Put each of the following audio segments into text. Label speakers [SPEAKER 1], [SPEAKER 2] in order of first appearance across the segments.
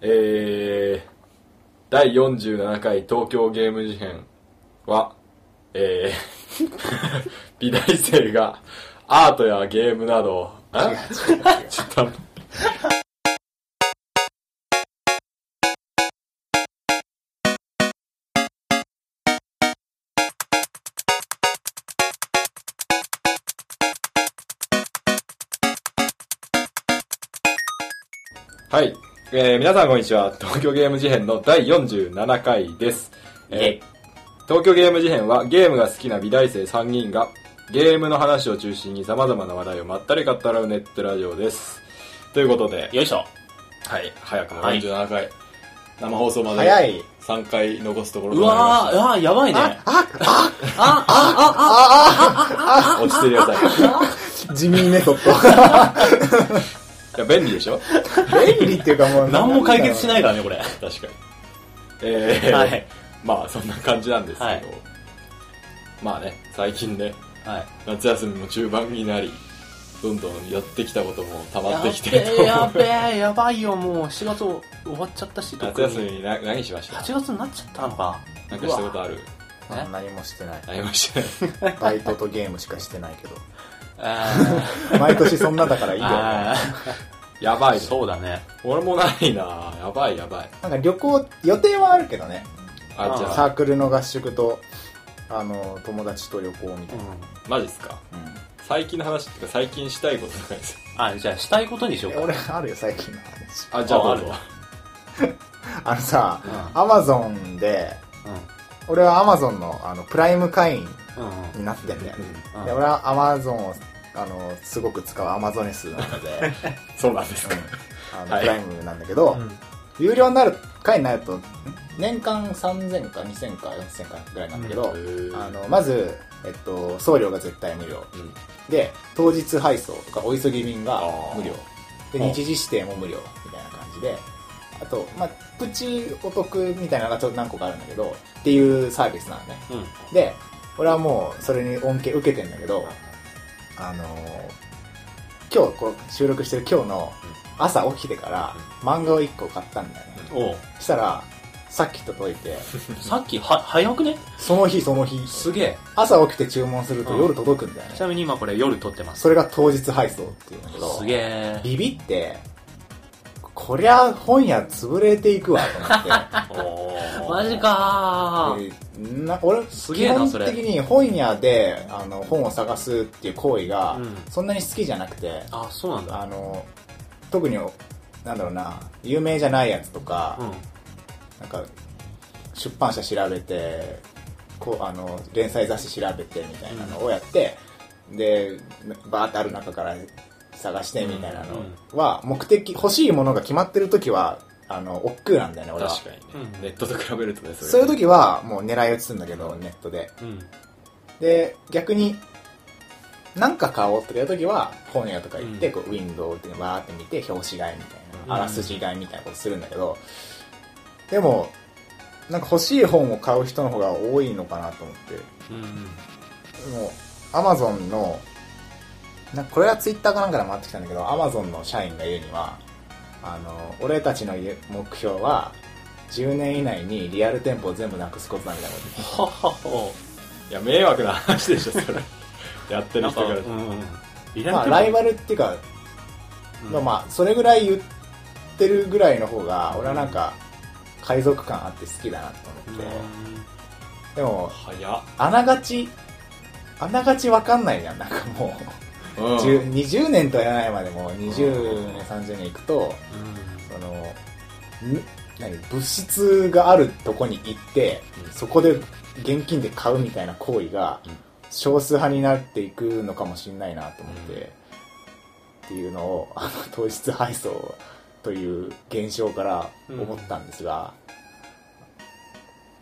[SPEAKER 1] えー、第47回東京ゲーム事変は、えー、 美大生がアートやゲームなど、あちょっとあのはい、えー皆さんこんにちは東京ゲーム事変の第47回です、えー東京ゲーム事変はゲームが好きな美大生3人がゲームの話を中心にさまざまな話題をまったり語らうネットラジオですということで、
[SPEAKER 2] よいしょ
[SPEAKER 1] はい、早くも
[SPEAKER 2] はい
[SPEAKER 1] 47回、生放送ま
[SPEAKER 3] 早
[SPEAKER 1] で
[SPEAKER 3] い
[SPEAKER 1] 3回残すところ
[SPEAKER 2] うわーうわーやばいねああああ
[SPEAKER 1] ー落ち着いてくださ
[SPEAKER 3] 地味メソッ
[SPEAKER 1] いいや便利でしょ
[SPEAKER 3] ド。便利っていうかもう。
[SPEAKER 2] 何も解決し
[SPEAKER 3] い。
[SPEAKER 2] ないからねこれ
[SPEAKER 1] 確かにえー
[SPEAKER 2] はい
[SPEAKER 1] まあそんな感じなんですけど、
[SPEAKER 2] はい
[SPEAKER 1] まあね最近ね
[SPEAKER 2] はい
[SPEAKER 1] 夏休みも中盤になりどんどんやってきたことも溜まってきて
[SPEAKER 2] やべえや
[SPEAKER 1] と
[SPEAKER 2] べえやばいよもう4月終わっちゃったし
[SPEAKER 1] 夏
[SPEAKER 2] 特
[SPEAKER 1] 休み
[SPEAKER 2] に
[SPEAKER 1] にな何しました
[SPEAKER 2] 8月になっちゃったのか
[SPEAKER 1] なんかしたことある
[SPEAKER 2] うわ
[SPEAKER 3] 何もしてない。
[SPEAKER 1] ありましたね
[SPEAKER 3] バイトとゲームしかしてないけど。
[SPEAKER 2] あ
[SPEAKER 3] 毎年そんなだからいい よ。
[SPEAKER 2] あ
[SPEAKER 1] やばいぞ
[SPEAKER 2] そうだね
[SPEAKER 1] 俺もないなやばいやばい
[SPEAKER 3] なんか旅行、予定はあるけどね。
[SPEAKER 1] あ
[SPEAKER 2] あ
[SPEAKER 1] じゃ
[SPEAKER 3] サ
[SPEAKER 1] あ
[SPEAKER 3] ークルの合宿と、あの、友達と旅行み
[SPEAKER 2] う
[SPEAKER 3] たいな。
[SPEAKER 2] ん
[SPEAKER 1] マジっすか最近の話っていうか最近したいこととかです
[SPEAKER 2] あじゃあしたいことにしよ
[SPEAKER 3] え
[SPEAKER 2] う
[SPEAKER 3] 俺
[SPEAKER 2] か
[SPEAKER 3] あるよ、最近の話。
[SPEAKER 1] あじゃあどうぞ
[SPEAKER 2] あ
[SPEAKER 3] あのさ、
[SPEAKER 2] う
[SPEAKER 3] アマゾンで、俺はアマゾンのあのプライム会員
[SPEAKER 2] うんうん
[SPEAKER 3] になってんだよね。
[SPEAKER 2] うん
[SPEAKER 3] で俺はアマゾンを、あの、すごく使うアマゾネスなので、
[SPEAKER 1] そうなんですか
[SPEAKER 3] うんあ
[SPEAKER 1] はい
[SPEAKER 3] のプライムなんだけど、有料になる回になるとん年間3000か2000か4000かぐらいなんだけど、
[SPEAKER 1] うん
[SPEAKER 3] あのまず、えっと、送料が絶対無料
[SPEAKER 1] うん
[SPEAKER 3] で当日配送とかお急ぎ便が
[SPEAKER 1] あー
[SPEAKER 3] 無料で
[SPEAKER 2] うん
[SPEAKER 3] 日時指定も無料みたいな感じであと、まあ、プチお得みたいなのがちょっと何個かあるんだけどっていうサービスなのね
[SPEAKER 2] うん
[SPEAKER 3] で俺はもうそれに恩恵受けてんだけどあのー今日こう収録してる今日の朝起きてから漫画を1個買ったんだよね
[SPEAKER 2] おう
[SPEAKER 3] したらさっき届いて
[SPEAKER 2] さっきは早くね
[SPEAKER 3] その日その日
[SPEAKER 2] すげえ
[SPEAKER 3] 朝起きて注文すると
[SPEAKER 2] うん
[SPEAKER 3] 夜届くんだよね
[SPEAKER 2] ち、なみに今これ夜撮ってます
[SPEAKER 3] それが当日配送っていうんだけど
[SPEAKER 2] すげえ
[SPEAKER 3] ビビってこりゃ本屋潰れていくわ と
[SPEAKER 1] おー
[SPEAKER 2] マジか
[SPEAKER 3] 思
[SPEAKER 2] ー
[SPEAKER 3] ってでな俺
[SPEAKER 2] す
[SPEAKER 3] 基
[SPEAKER 2] げえな
[SPEAKER 3] 本
[SPEAKER 2] それ
[SPEAKER 3] 的に本屋であの本を探すっていう行為が
[SPEAKER 2] うん
[SPEAKER 3] そんなに好きじゃなくて、
[SPEAKER 2] あそうなんだ
[SPEAKER 3] あの特になんだろうな有名じゃないやつとか、
[SPEAKER 2] うん
[SPEAKER 3] なんか出版社調べてこうあの連載雑誌調べてみたいなのをやって、でバーってある中から探してみたいなのは、目的欲しいものが決まってる時はあの億劫なんだよね俺は
[SPEAKER 1] 確かにね
[SPEAKER 2] うん
[SPEAKER 1] ネットと比べるとね
[SPEAKER 3] そういう
[SPEAKER 1] 時
[SPEAKER 3] 時はもう狙い撃つんだけどネットで
[SPEAKER 2] うん
[SPEAKER 3] で逆になんか買おうとかいう時は本屋とか行って、
[SPEAKER 2] うん
[SPEAKER 3] こうウィンドウっていうのバーって見て表紙買いみたいな、
[SPEAKER 2] うん
[SPEAKER 3] あらすじ買いみたいなことするんだけどでもなんか欲しい本を買う人の方が多いのかなと思って
[SPEAKER 2] うん
[SPEAKER 3] もうアマゾンのなんかこれはツイッターかなんかで回ってきたんだけどアマゾンの社員が言うにはあの俺たちの目標は10年以内にリアル店舗を全部なくすことなんだよ
[SPEAKER 2] はははい
[SPEAKER 1] や迷惑な話でしょそれ やってる
[SPEAKER 2] なん
[SPEAKER 1] 人
[SPEAKER 2] か
[SPEAKER 1] から
[SPEAKER 2] うんうんリ
[SPEAKER 3] まあ
[SPEAKER 2] ル
[SPEAKER 3] ライバルっていうか
[SPEAKER 2] うん
[SPEAKER 3] まあまあそれぐらい言ってるぐらいの方が俺はなんか海賊感あって好きだなと思って、でも
[SPEAKER 1] 早っ、
[SPEAKER 3] あながちあながちわかんないじゃんなんかも
[SPEAKER 1] う
[SPEAKER 3] う、
[SPEAKER 1] ん
[SPEAKER 3] 十20年とは言わないまでも20年30年いくとそのん何物質があるとこに行って
[SPEAKER 1] うん
[SPEAKER 3] そこで現金で買うみたいな行為が
[SPEAKER 1] うん
[SPEAKER 3] 少数派になっていくのかもしれないなと思って、
[SPEAKER 1] うん
[SPEAKER 3] っていうのをあの糖質配送という現象から思ったんですが、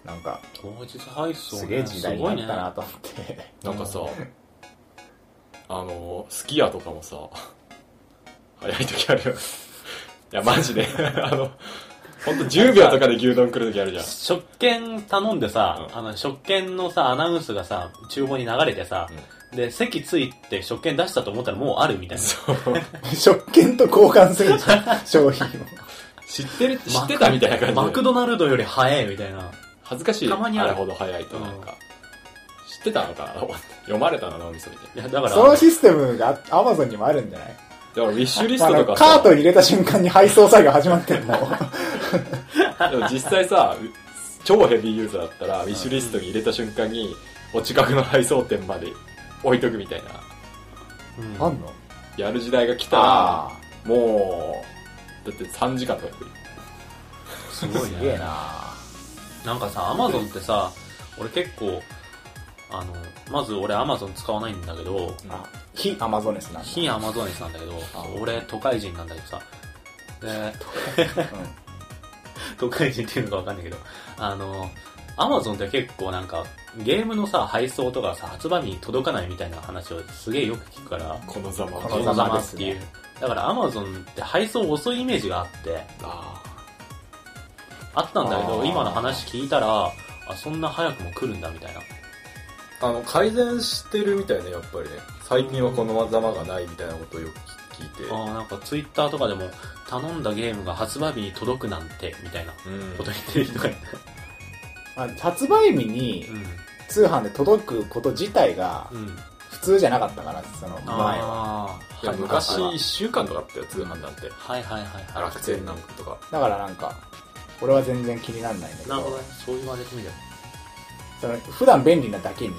[SPEAKER 3] なんか
[SPEAKER 2] 当日配送ね
[SPEAKER 3] すげえ時代になったな
[SPEAKER 2] す
[SPEAKER 3] と思って、
[SPEAKER 1] なんかさ、あの、スキヤとかもさ、早い時あるよ。 いや、マジで。 あの、ほんと10秒とかで牛丼来る時あるじゃん。
[SPEAKER 2] ごいね食券頼んでさ、
[SPEAKER 1] うん
[SPEAKER 2] あの食券のさアナウンスがさ厨房に流れてさ、で席ついて食券出したと思ったらもうあるみたいな
[SPEAKER 1] そう。
[SPEAKER 3] 食券と交換するじゃん商品を
[SPEAKER 1] 知って る、知ってたみたいな感じで。
[SPEAKER 2] マクドナルドより早いみたいな。
[SPEAKER 1] 恥ずかしい。
[SPEAKER 2] たまにある
[SPEAKER 1] れほど早いとなんか。知ってたのかな と思って読まれたの脳みそみたい
[SPEAKER 2] いや、だから、
[SPEAKER 3] そのシステムがアマゾンにもあるんじゃない
[SPEAKER 1] な。だからウィッシュリス
[SPEAKER 3] まあ
[SPEAKER 1] トと
[SPEAKER 3] なんか
[SPEAKER 1] か
[SPEAKER 3] カ
[SPEAKER 1] さ
[SPEAKER 3] ート入れた瞬間に配送作業始まってんの。
[SPEAKER 1] でも実際さ、う超ヘビーユーザーだったら、ウィッシュリストに入れた瞬間に、お近くの配送店まで置いとくみたいな。
[SPEAKER 2] うん
[SPEAKER 3] あんの
[SPEAKER 1] やる時代が来たら、
[SPEAKER 3] あ
[SPEAKER 1] もう、だって3時間とかやってる。
[SPEAKER 2] すご
[SPEAKER 3] あ、
[SPEAKER 2] い
[SPEAKER 3] すげえ
[SPEAKER 2] ね。
[SPEAKER 3] な
[SPEAKER 2] なんかさ、アマゾンってさ、俺結構、あの、まず俺アマゾン使わないんだけど、
[SPEAKER 3] あ、非アマゾネスなんだ。
[SPEAKER 2] 非アマゾネスなんだけど
[SPEAKER 3] あ、
[SPEAKER 2] 俺都会人なんだけどさ、で、
[SPEAKER 3] うん
[SPEAKER 2] 都会人っていうのかわかんないけど、あの、アマゾンって結構なんか、ゲームのさ、配送とかさ、発売日に届かないみたいな話をすげえよく聞くから、
[SPEAKER 1] このざま。
[SPEAKER 3] こ
[SPEAKER 2] この
[SPEAKER 3] のざまですね
[SPEAKER 2] ざまっていう。だからアマゾンって配送遅いイメージがあって、
[SPEAKER 1] あ
[SPEAKER 2] あったんだけど、
[SPEAKER 3] あー
[SPEAKER 2] 今の話聞いたら、あ、そんな早くも来るんだみたいな。
[SPEAKER 1] ーあの、改善してるみたいね、やっぱりね。最近はこのざまがないみたいなことをよく聞いて。
[SPEAKER 2] あーなんかツイッターとかでも、頼んだゲームが発売日に届くなんて、みたいな
[SPEAKER 1] うん
[SPEAKER 2] こと言ってる人がいた。
[SPEAKER 3] あ発売日に通販で届くこと自体が
[SPEAKER 2] うん。うん。
[SPEAKER 3] 普通じゃなかったから、その前は。
[SPEAKER 2] あ
[SPEAKER 1] いや
[SPEAKER 3] はい
[SPEAKER 1] 昔1週間とかあったよ通販なんて
[SPEAKER 2] あ。はいはいはいはい。
[SPEAKER 1] 楽天なんかとか
[SPEAKER 3] だからなんか、俺は全然気にならないんだけ
[SPEAKER 2] なるほど
[SPEAKER 3] ど
[SPEAKER 2] ね、。そう言われてみれば。
[SPEAKER 3] その普段便利なだけ
[SPEAKER 2] う
[SPEAKER 3] に、
[SPEAKER 2] ん。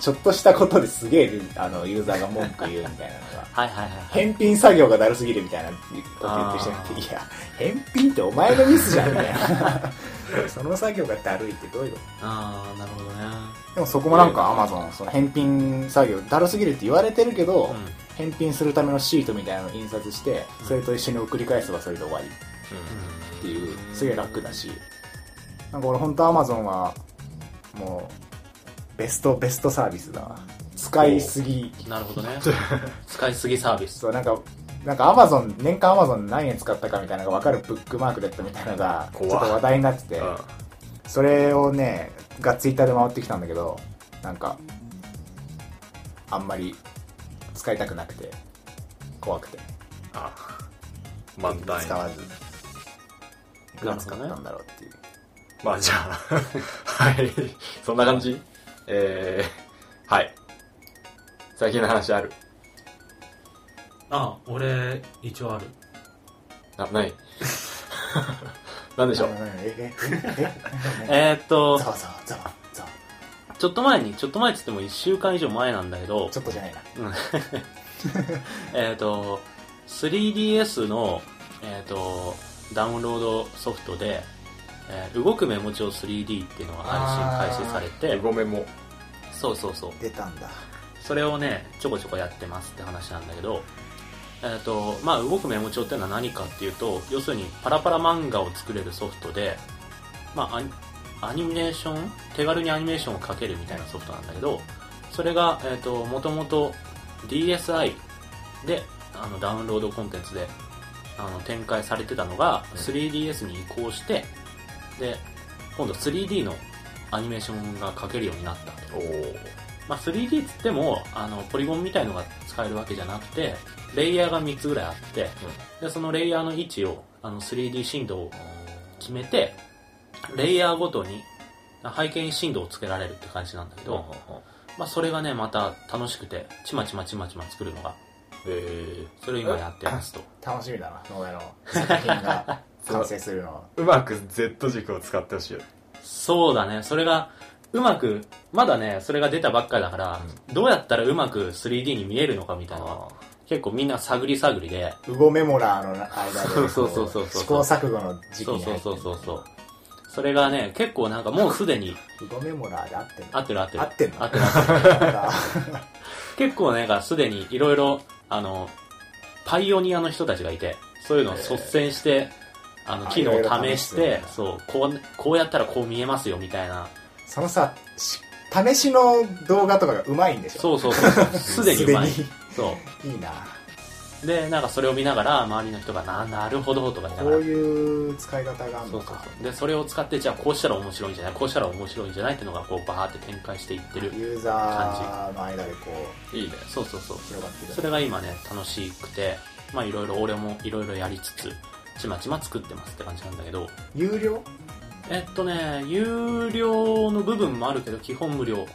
[SPEAKER 3] ちょっとしたことですげえあのユーザーが文句言うみたいなのが。
[SPEAKER 2] はいはいはいはい。
[SPEAKER 3] 返品作業がだるすぎるみたいなこと言ってる人がいて、いや、返品ってお前のミスじゃんみたいな。 その作業がだるいってどういうこ
[SPEAKER 2] ああ、なるほどね。
[SPEAKER 3] とでもそこもなんか Amazon、その返品作業だるすぎるって言われてるけど、
[SPEAKER 2] うん。
[SPEAKER 3] 返品するためのシートみたいなのを印刷して、それと一緒に送り返せばそれで終わりっ
[SPEAKER 2] う
[SPEAKER 3] ていう、すげえ楽だし、なんか俺本当 Amazon は、もう、ベスト、ベストサービスだわ。使いすぎ。
[SPEAKER 2] ん。なるほ どね。使いすぎサービス。
[SPEAKER 3] そうなんかなんかアマゾン年間アマゾン何円使ったかみたいなのが分かるブックマークだったみたいなのがちょ
[SPEAKER 1] 怖
[SPEAKER 3] っ
[SPEAKER 1] っ
[SPEAKER 3] と話題になってて
[SPEAKER 1] うん
[SPEAKER 3] それをねがツイッターで回ってきたんだけどなんかあんまり使いたくなくて怖くて
[SPEAKER 1] あ満タン
[SPEAKER 3] 使わ
[SPEAKER 1] や
[SPEAKER 3] ずいくら使ったんだろうっていう、
[SPEAKER 1] まあじゃあはいそんな感じえー、はい最近の話ある
[SPEAKER 2] あ、俺、一応ある。
[SPEAKER 1] あないなんでしょう
[SPEAKER 3] あえええ ええ
[SPEAKER 2] えーっ
[SPEAKER 3] ざ
[SPEAKER 2] と
[SPEAKER 3] わ、ざわざわざわ
[SPEAKER 2] ちょっと前に、ちょっと前っつっても1週間以上前なんだけど
[SPEAKER 3] ち、ょっとじゃないな
[SPEAKER 2] うん えっと、3DS の、えっ、と、ダウンロードソフトで、えー動くメモ帳 3D っていうのが配信開始されて、
[SPEAKER 1] ごめんも
[SPEAKER 2] そうそうそう。
[SPEAKER 3] 出たんだ
[SPEAKER 2] それをね、ちょこちょこやってますって話なんだけど、えっ、と、まあ、動くメモ帳ってのは何かっていうと、要するにパラパラ漫画を作れるソフトで、まあ、アニアニメーション手軽にアニメーションをかけるみたいなソフトなんだけど、それが、えっ、と、もともと DSi で、あの、ダウンロードコンテンツで、あの、展開されてたのが、
[SPEAKER 1] うん
[SPEAKER 2] 3DS に移行して、で、今度 3D のアニメーションがかけるようになったと。
[SPEAKER 1] おー
[SPEAKER 2] まあ、3D っつってもあのポリゴンみたいのが使えるわけじゃなくてレイヤーが3つぐらいあって、でそのレイヤーの位置をあの 3D 振動を決めてレイヤーごとに背景に振動をつけられるって感じなんだけど、まあ、それがねまた楽しくてちまちまちまちま作るのが
[SPEAKER 1] え
[SPEAKER 2] それを今やって ますと
[SPEAKER 3] 楽しみだな野田の作品が完成するのは
[SPEAKER 1] ー、うまく Z 軸を使ってほしいよね
[SPEAKER 2] そうだねそれがうまくまだねそれが出たばっかだから、どうやったらうまく 3D に見えるのかみたいなのは結構みんな探り探りで、
[SPEAKER 3] うごメモラーの間で
[SPEAKER 2] そうそうそうそうそう
[SPEAKER 3] 試行錯誤の時期
[SPEAKER 2] そう
[SPEAKER 3] に
[SPEAKER 2] そ
[SPEAKER 3] 入
[SPEAKER 2] う
[SPEAKER 3] って
[SPEAKER 2] そうそうそうそれがね結構なんかもうすでに
[SPEAKER 3] うごメモラーで合ってんの
[SPEAKER 2] 合ってる合ってる
[SPEAKER 3] 合ってんの
[SPEAKER 2] 合ってる合ってる
[SPEAKER 3] なんか
[SPEAKER 2] 結構なんかすでにいろいろあのパイオニアの人たちがいてそういうのを率先して、あの
[SPEAKER 3] あ
[SPEAKER 2] 機能
[SPEAKER 3] いろい
[SPEAKER 2] を
[SPEAKER 3] ろ
[SPEAKER 2] 試
[SPEAKER 3] 試し
[SPEAKER 2] しててそうこうこうやったらこう見えますよみたいな
[SPEAKER 3] そのさし試しの動画とかがうまいんでしょ
[SPEAKER 2] そうそうそうすでにうまい
[SPEAKER 3] すで
[SPEAKER 2] そ
[SPEAKER 3] にいいな
[SPEAKER 2] うでなんかそれを見ながら周りの人が「ななるほど」とか言いな
[SPEAKER 3] こ
[SPEAKER 2] が
[SPEAKER 3] う
[SPEAKER 2] ら
[SPEAKER 3] いう使い方がある
[SPEAKER 2] そ
[SPEAKER 3] の
[SPEAKER 2] うそう
[SPEAKER 3] か
[SPEAKER 2] そうでそれを使ってじゃあこうしたら面白いんじゃないこうしたら面白いんじゃないっていうのがこうバーって展開していってる
[SPEAKER 3] ユーザーの間でこ
[SPEAKER 1] いいね
[SPEAKER 2] そうそうそう
[SPEAKER 3] う広がって
[SPEAKER 2] そ
[SPEAKER 3] る
[SPEAKER 2] れが今ね楽しくてまあいろいろ俺もいろいろやりつつちまちま作ってますって感じなんだけど
[SPEAKER 3] 有料
[SPEAKER 2] えっとね有料の部分もあるけど基本無料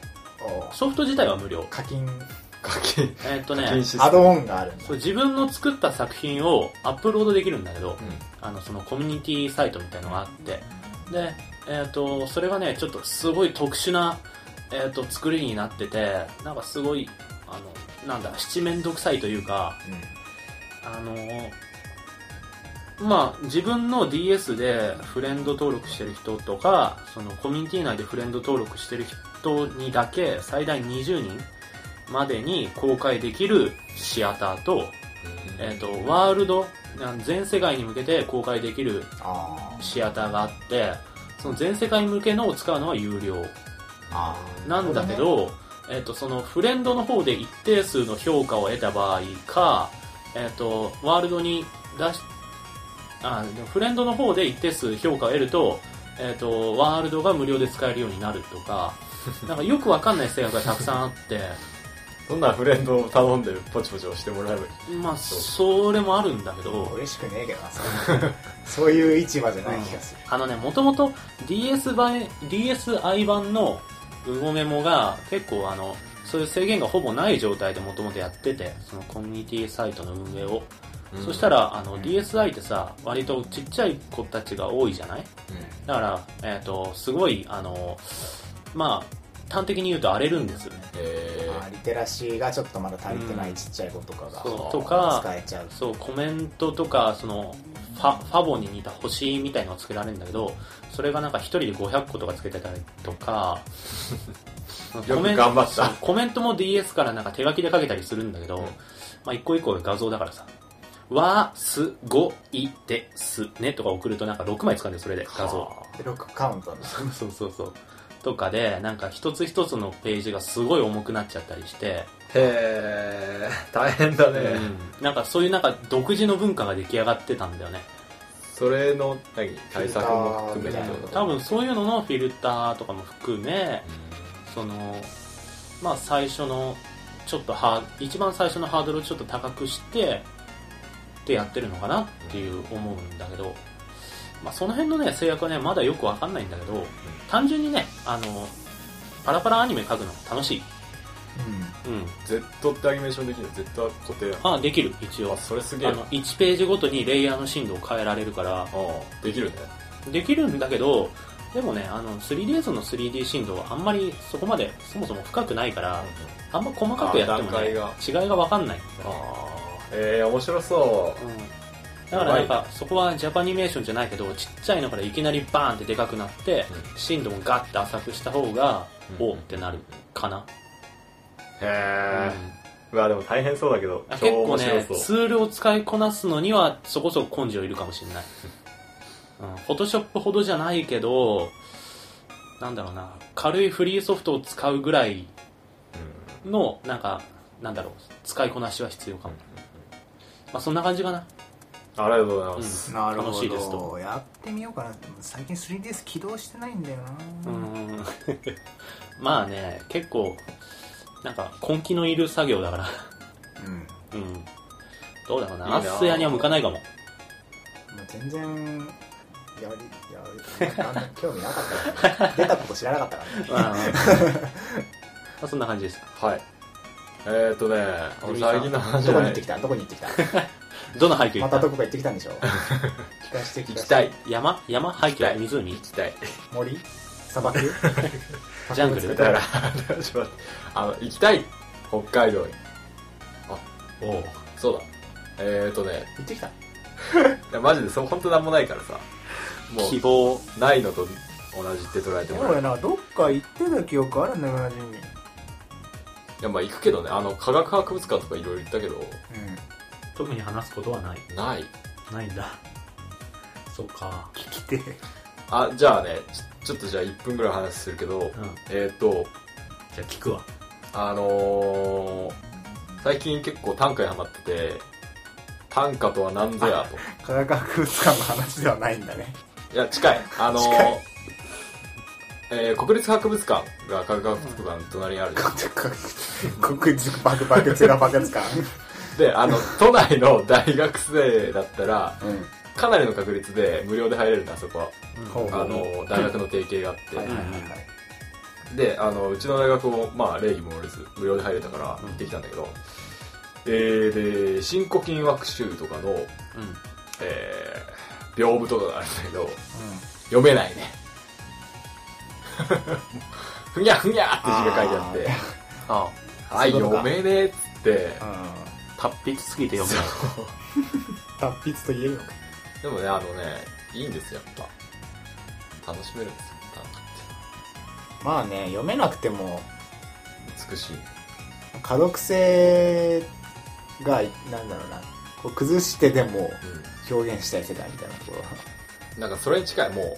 [SPEAKER 2] ソフト自体は無料
[SPEAKER 3] 課金
[SPEAKER 1] 課金
[SPEAKER 2] えっと
[SPEAKER 1] 課金
[SPEAKER 2] ね
[SPEAKER 1] システム
[SPEAKER 3] アドオンがあるんだ
[SPEAKER 2] そう自分の作った作品をアップロードできるんだけど、
[SPEAKER 1] う
[SPEAKER 2] あのそのコミュニティサイトみたいのがあってで、えー、とそれがねちょっとすごい特殊な、えー、と作りになっててなんかすごいあのなんだ七面倒くさいというか
[SPEAKER 3] うん
[SPEAKER 2] あのまあ自分の DS でフレンド登録してる人とかそのコミュニティ内でフレンド登録してる人にだけ最大20人までに公開できるシアターと,、えー、とワールドあの全世界に向けて公開できる
[SPEAKER 3] あー
[SPEAKER 2] シアターがあってその全世界向けのを使うのは有料
[SPEAKER 3] あー
[SPEAKER 2] なんだけど、えっとそのフレンドの方で一定数の評価を得た場合か、えっとワールドに出しあでもフレンドの方で一定数評価を得ると,、えっとワールドが無料で使えるようになると かなんかよくわかんない制約がたくさんあって。
[SPEAKER 1] そんなフレンドを頼んでポチポチ押してもらえばいい
[SPEAKER 2] まあ、それもあるんだけど、
[SPEAKER 3] 嬉しくねえけどなそんなそういう市場じゃない気がする
[SPEAKER 2] あのね、もともと DS 版、DSi 版のうごメモが結構あの、そういう制限がほぼない状態でもともとやってて、そのコミュニティサイトの運営を。そしたら、あの、DSi ってさ、割とちっちゃい子たちが多いじゃないだから、えっ、と、すごい、あの、まあ、端的に言うと荒れるんですよね。
[SPEAKER 1] え
[SPEAKER 3] あーリテラシーがちょっとまだ足りてないちっちゃい子とかが
[SPEAKER 2] そうとか
[SPEAKER 3] 使えちゃう
[SPEAKER 2] そうコメントとかそのファファボに似た星みたいのがつけられるんだけどそれがなんか1人で500個とかつけてたりとか
[SPEAKER 1] よく頑張った
[SPEAKER 2] そうコメントも DS からなんか手書きで書けたりするんだけど、まあ、一個一個が画像だからさ「わすごいですね」とか送るとなんか6枚使うんでそれで画像
[SPEAKER 3] で6カウントなんだ
[SPEAKER 2] そうそうそうとかでなんか一つ一つのページがすごい重くなっちゃったりして
[SPEAKER 1] へえ大変だね、
[SPEAKER 2] うんなんかそういうなんか独自の文化が出来上がってたんだよね
[SPEAKER 1] それの何対策も含めてってこと
[SPEAKER 2] 多分そういうののフィルターとかも含めそのまあ最初のちょっとハー一番最初のハードルをちょっと高くしてってやってるのかなっていう思うんだけど、まあ、その辺のね制約はねまだよくわかんないんだけど単純にねあのパラパラアニメ描くの楽しい、うん、
[SPEAKER 1] Z ってアニメーションできるの Z は固定やん
[SPEAKER 2] あできる一応
[SPEAKER 1] あそれすげえ
[SPEAKER 2] あ
[SPEAKER 1] な
[SPEAKER 2] の1ページごとにレイヤーの深度を変えられるから
[SPEAKER 1] うんできるね
[SPEAKER 2] できるんだけどでもねあの 3DS の 3D 振動はあんまりそこまでそもそも深くないからあんま細かくやっても、
[SPEAKER 1] あ
[SPEAKER 2] ね、
[SPEAKER 1] 段
[SPEAKER 2] 違いが分かんない、
[SPEAKER 1] ああええ面白そ
[SPEAKER 2] うん、だからなんかそこはジャパニメーションじゃないけどちっちゃいのからいきなりバーンってでかくなって振動もガッて浅くした方が
[SPEAKER 1] うん
[SPEAKER 2] おーってなるかな、
[SPEAKER 1] うへ
[SPEAKER 2] うん
[SPEAKER 1] えまあでも大変そうだけど
[SPEAKER 2] あ結
[SPEAKER 1] 超
[SPEAKER 2] 構
[SPEAKER 1] 面白
[SPEAKER 2] ね
[SPEAKER 1] そう
[SPEAKER 2] ツールを使いこなすのにはそこそこ根性いるかもしれない、うん、フォトショップほどじゃないけどなんだろうな軽いフリーソフトを使うぐらいのなんかなんだろう使いこなしは必要かも、まあ、そんな感じかな
[SPEAKER 1] うんありがとうございます、
[SPEAKER 3] なる
[SPEAKER 2] 楽しいです
[SPEAKER 3] ほ
[SPEAKER 2] と
[SPEAKER 3] どやってみようかなでも最近 3DS 起動してないんだよ
[SPEAKER 2] う
[SPEAKER 3] な、
[SPEAKER 2] ん まあね結構なんか根気のいる作業だから
[SPEAKER 3] うんも
[SPEAKER 2] うんどうだろう
[SPEAKER 1] いい
[SPEAKER 2] な
[SPEAKER 1] な
[SPEAKER 2] アッセヤには向かないかも
[SPEAKER 3] う全然やりやりなんか興味なかったから出たこと知らなかったからね
[SPEAKER 2] うん まあそんな感じです
[SPEAKER 1] はいえー、っとね
[SPEAKER 2] 鳥さん
[SPEAKER 1] 最近の話じ
[SPEAKER 3] ど
[SPEAKER 1] ゃ
[SPEAKER 3] こに
[SPEAKER 1] ない
[SPEAKER 3] 行ってきたどこに行ってきた
[SPEAKER 2] どの廃墟行
[SPEAKER 3] ま
[SPEAKER 2] ったた
[SPEAKER 3] どこか行ってきたんでしょ聞かして聞
[SPEAKER 1] 行
[SPEAKER 3] か
[SPEAKER 1] き
[SPEAKER 3] せて
[SPEAKER 1] たい
[SPEAKER 2] 山山廃
[SPEAKER 1] 行きた
[SPEAKER 2] 墟
[SPEAKER 1] い
[SPEAKER 2] 湖
[SPEAKER 1] 行きたい
[SPEAKER 3] 森砂漠
[SPEAKER 2] ジャング ル
[SPEAKER 1] だからちょっと待って あの行きたい北海道に
[SPEAKER 2] おう
[SPEAKER 1] そうだえー、っとね
[SPEAKER 3] 行ってきた
[SPEAKER 1] いやマジでそう本当なんもないからさも
[SPEAKER 2] 希望
[SPEAKER 1] うないのと同じって捉えて
[SPEAKER 3] で
[SPEAKER 1] も
[SPEAKER 3] も
[SPEAKER 1] らえる
[SPEAKER 3] 俺などっか行ってた記憶あるんだよなジミー
[SPEAKER 1] いやまあ行くけどねあの科学博物館とかいろいろ行ったけど
[SPEAKER 3] うん
[SPEAKER 2] 特に話すことはない
[SPEAKER 1] ない
[SPEAKER 2] ないんだ そうか
[SPEAKER 3] 聞きて
[SPEAKER 1] あじゃあねちょちょっとじゃあ1分ぐらい話するけど
[SPEAKER 2] うん
[SPEAKER 1] えっ、ー、と
[SPEAKER 2] じゃあ聞くわ
[SPEAKER 1] あのー、最近結構短歌にハマってて短歌とは何ぞやと
[SPEAKER 3] 科学博物館の話ではないんだね
[SPEAKER 1] いや、近い。あのー
[SPEAKER 3] 近い
[SPEAKER 1] えー国立博物館が科学博物館の隣にある。
[SPEAKER 3] 国立バクバクゼラ博物館
[SPEAKER 1] で、あの、都内の大学生だったら、
[SPEAKER 3] うん
[SPEAKER 1] かなりの確率で無料で入れるんだあそこは
[SPEAKER 3] ほう
[SPEAKER 1] あの大学の提携があって、
[SPEAKER 3] はいはいはいはい
[SPEAKER 1] であのうちの大学も、まあ、礼儀も折れず無料で入れたから
[SPEAKER 2] うん
[SPEAKER 1] 行ってきたんだけど、えーで新古今学習とかの、えー屏風とかがあるんだけど読めないねふにゃふにゃって字が書いてあって
[SPEAKER 2] あ
[SPEAKER 1] はい
[SPEAKER 3] そういうこ
[SPEAKER 1] 読
[SPEAKER 3] とか
[SPEAKER 1] めねえっつって
[SPEAKER 3] うん
[SPEAKER 2] 達筆すぎて読めない
[SPEAKER 3] 達筆と言えるのか
[SPEAKER 1] でもねあのねいいんですよやっぱ楽しめるんですよ短歌っ
[SPEAKER 3] まあね読めなくても
[SPEAKER 1] て美しい
[SPEAKER 3] 可読性がなんだろうなこう崩してでも表現したい世界みたいなところ
[SPEAKER 1] うんなんかそれに近いも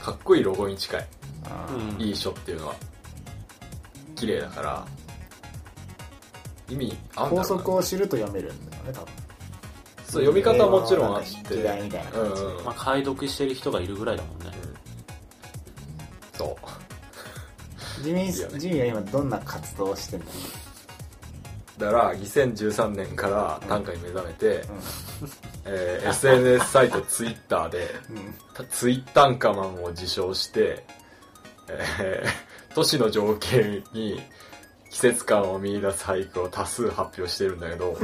[SPEAKER 1] うかっこいいロゴに近い
[SPEAKER 3] あー
[SPEAKER 2] うん
[SPEAKER 1] いい書っていうのは綺麗だから意味あんだろ
[SPEAKER 3] 法
[SPEAKER 1] うな
[SPEAKER 3] 則を知ると読めるんだよね多分
[SPEAKER 1] そう読み方はもちろんあって
[SPEAKER 3] 英語のなんか引き台みたいな
[SPEAKER 1] うん
[SPEAKER 3] 感じ
[SPEAKER 1] うんうん
[SPEAKER 2] まあ、解読してる人がいるぐらいだもんね
[SPEAKER 1] そう
[SPEAKER 3] ジミ
[SPEAKER 1] いいよね
[SPEAKER 3] ージミーは今どんな活動をしてんの、
[SPEAKER 1] だから2013年から短歌に目覚めて、えー SNS サイト Twitter で
[SPEAKER 3] うんうん、
[SPEAKER 1] ツイッタンカマンを自称して、えー都市の情景に季節感を見出す俳句を多数発表してるんだけど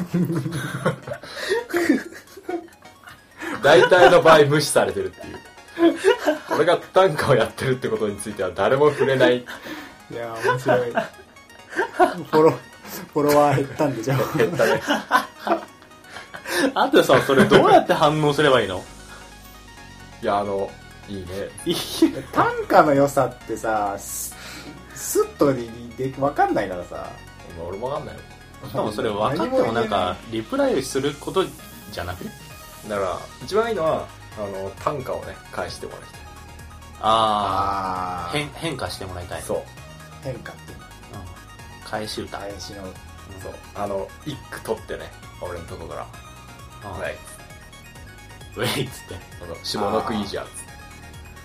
[SPEAKER 1] 大体の場合無視されてるっていう俺が短歌をやってるってことについては誰も触れない
[SPEAKER 3] いやー面白い フォロフォロワー減ったんで しょ
[SPEAKER 1] 減ったね
[SPEAKER 2] あとさそれどうやって反応すればいいの
[SPEAKER 1] いやあのいいね
[SPEAKER 2] いい
[SPEAKER 3] 短歌の良さってさススッとにで分かんないからさ
[SPEAKER 1] 俺もわかんないよ
[SPEAKER 2] しかもそれ分かってもなんかリプライすることじゃなくて
[SPEAKER 1] だから一番いいのはあの短歌をね返してもらいた
[SPEAKER 2] ああ
[SPEAKER 3] あ
[SPEAKER 2] 変変化してもらいたい
[SPEAKER 1] い、そう
[SPEAKER 3] 変化っていう
[SPEAKER 2] うん返し歌、
[SPEAKER 3] 返しの
[SPEAKER 1] そうあの一句取ってね俺のとこから
[SPEAKER 2] うん
[SPEAKER 1] はい
[SPEAKER 2] ウェイっつって
[SPEAKER 1] この下の句いいじゃん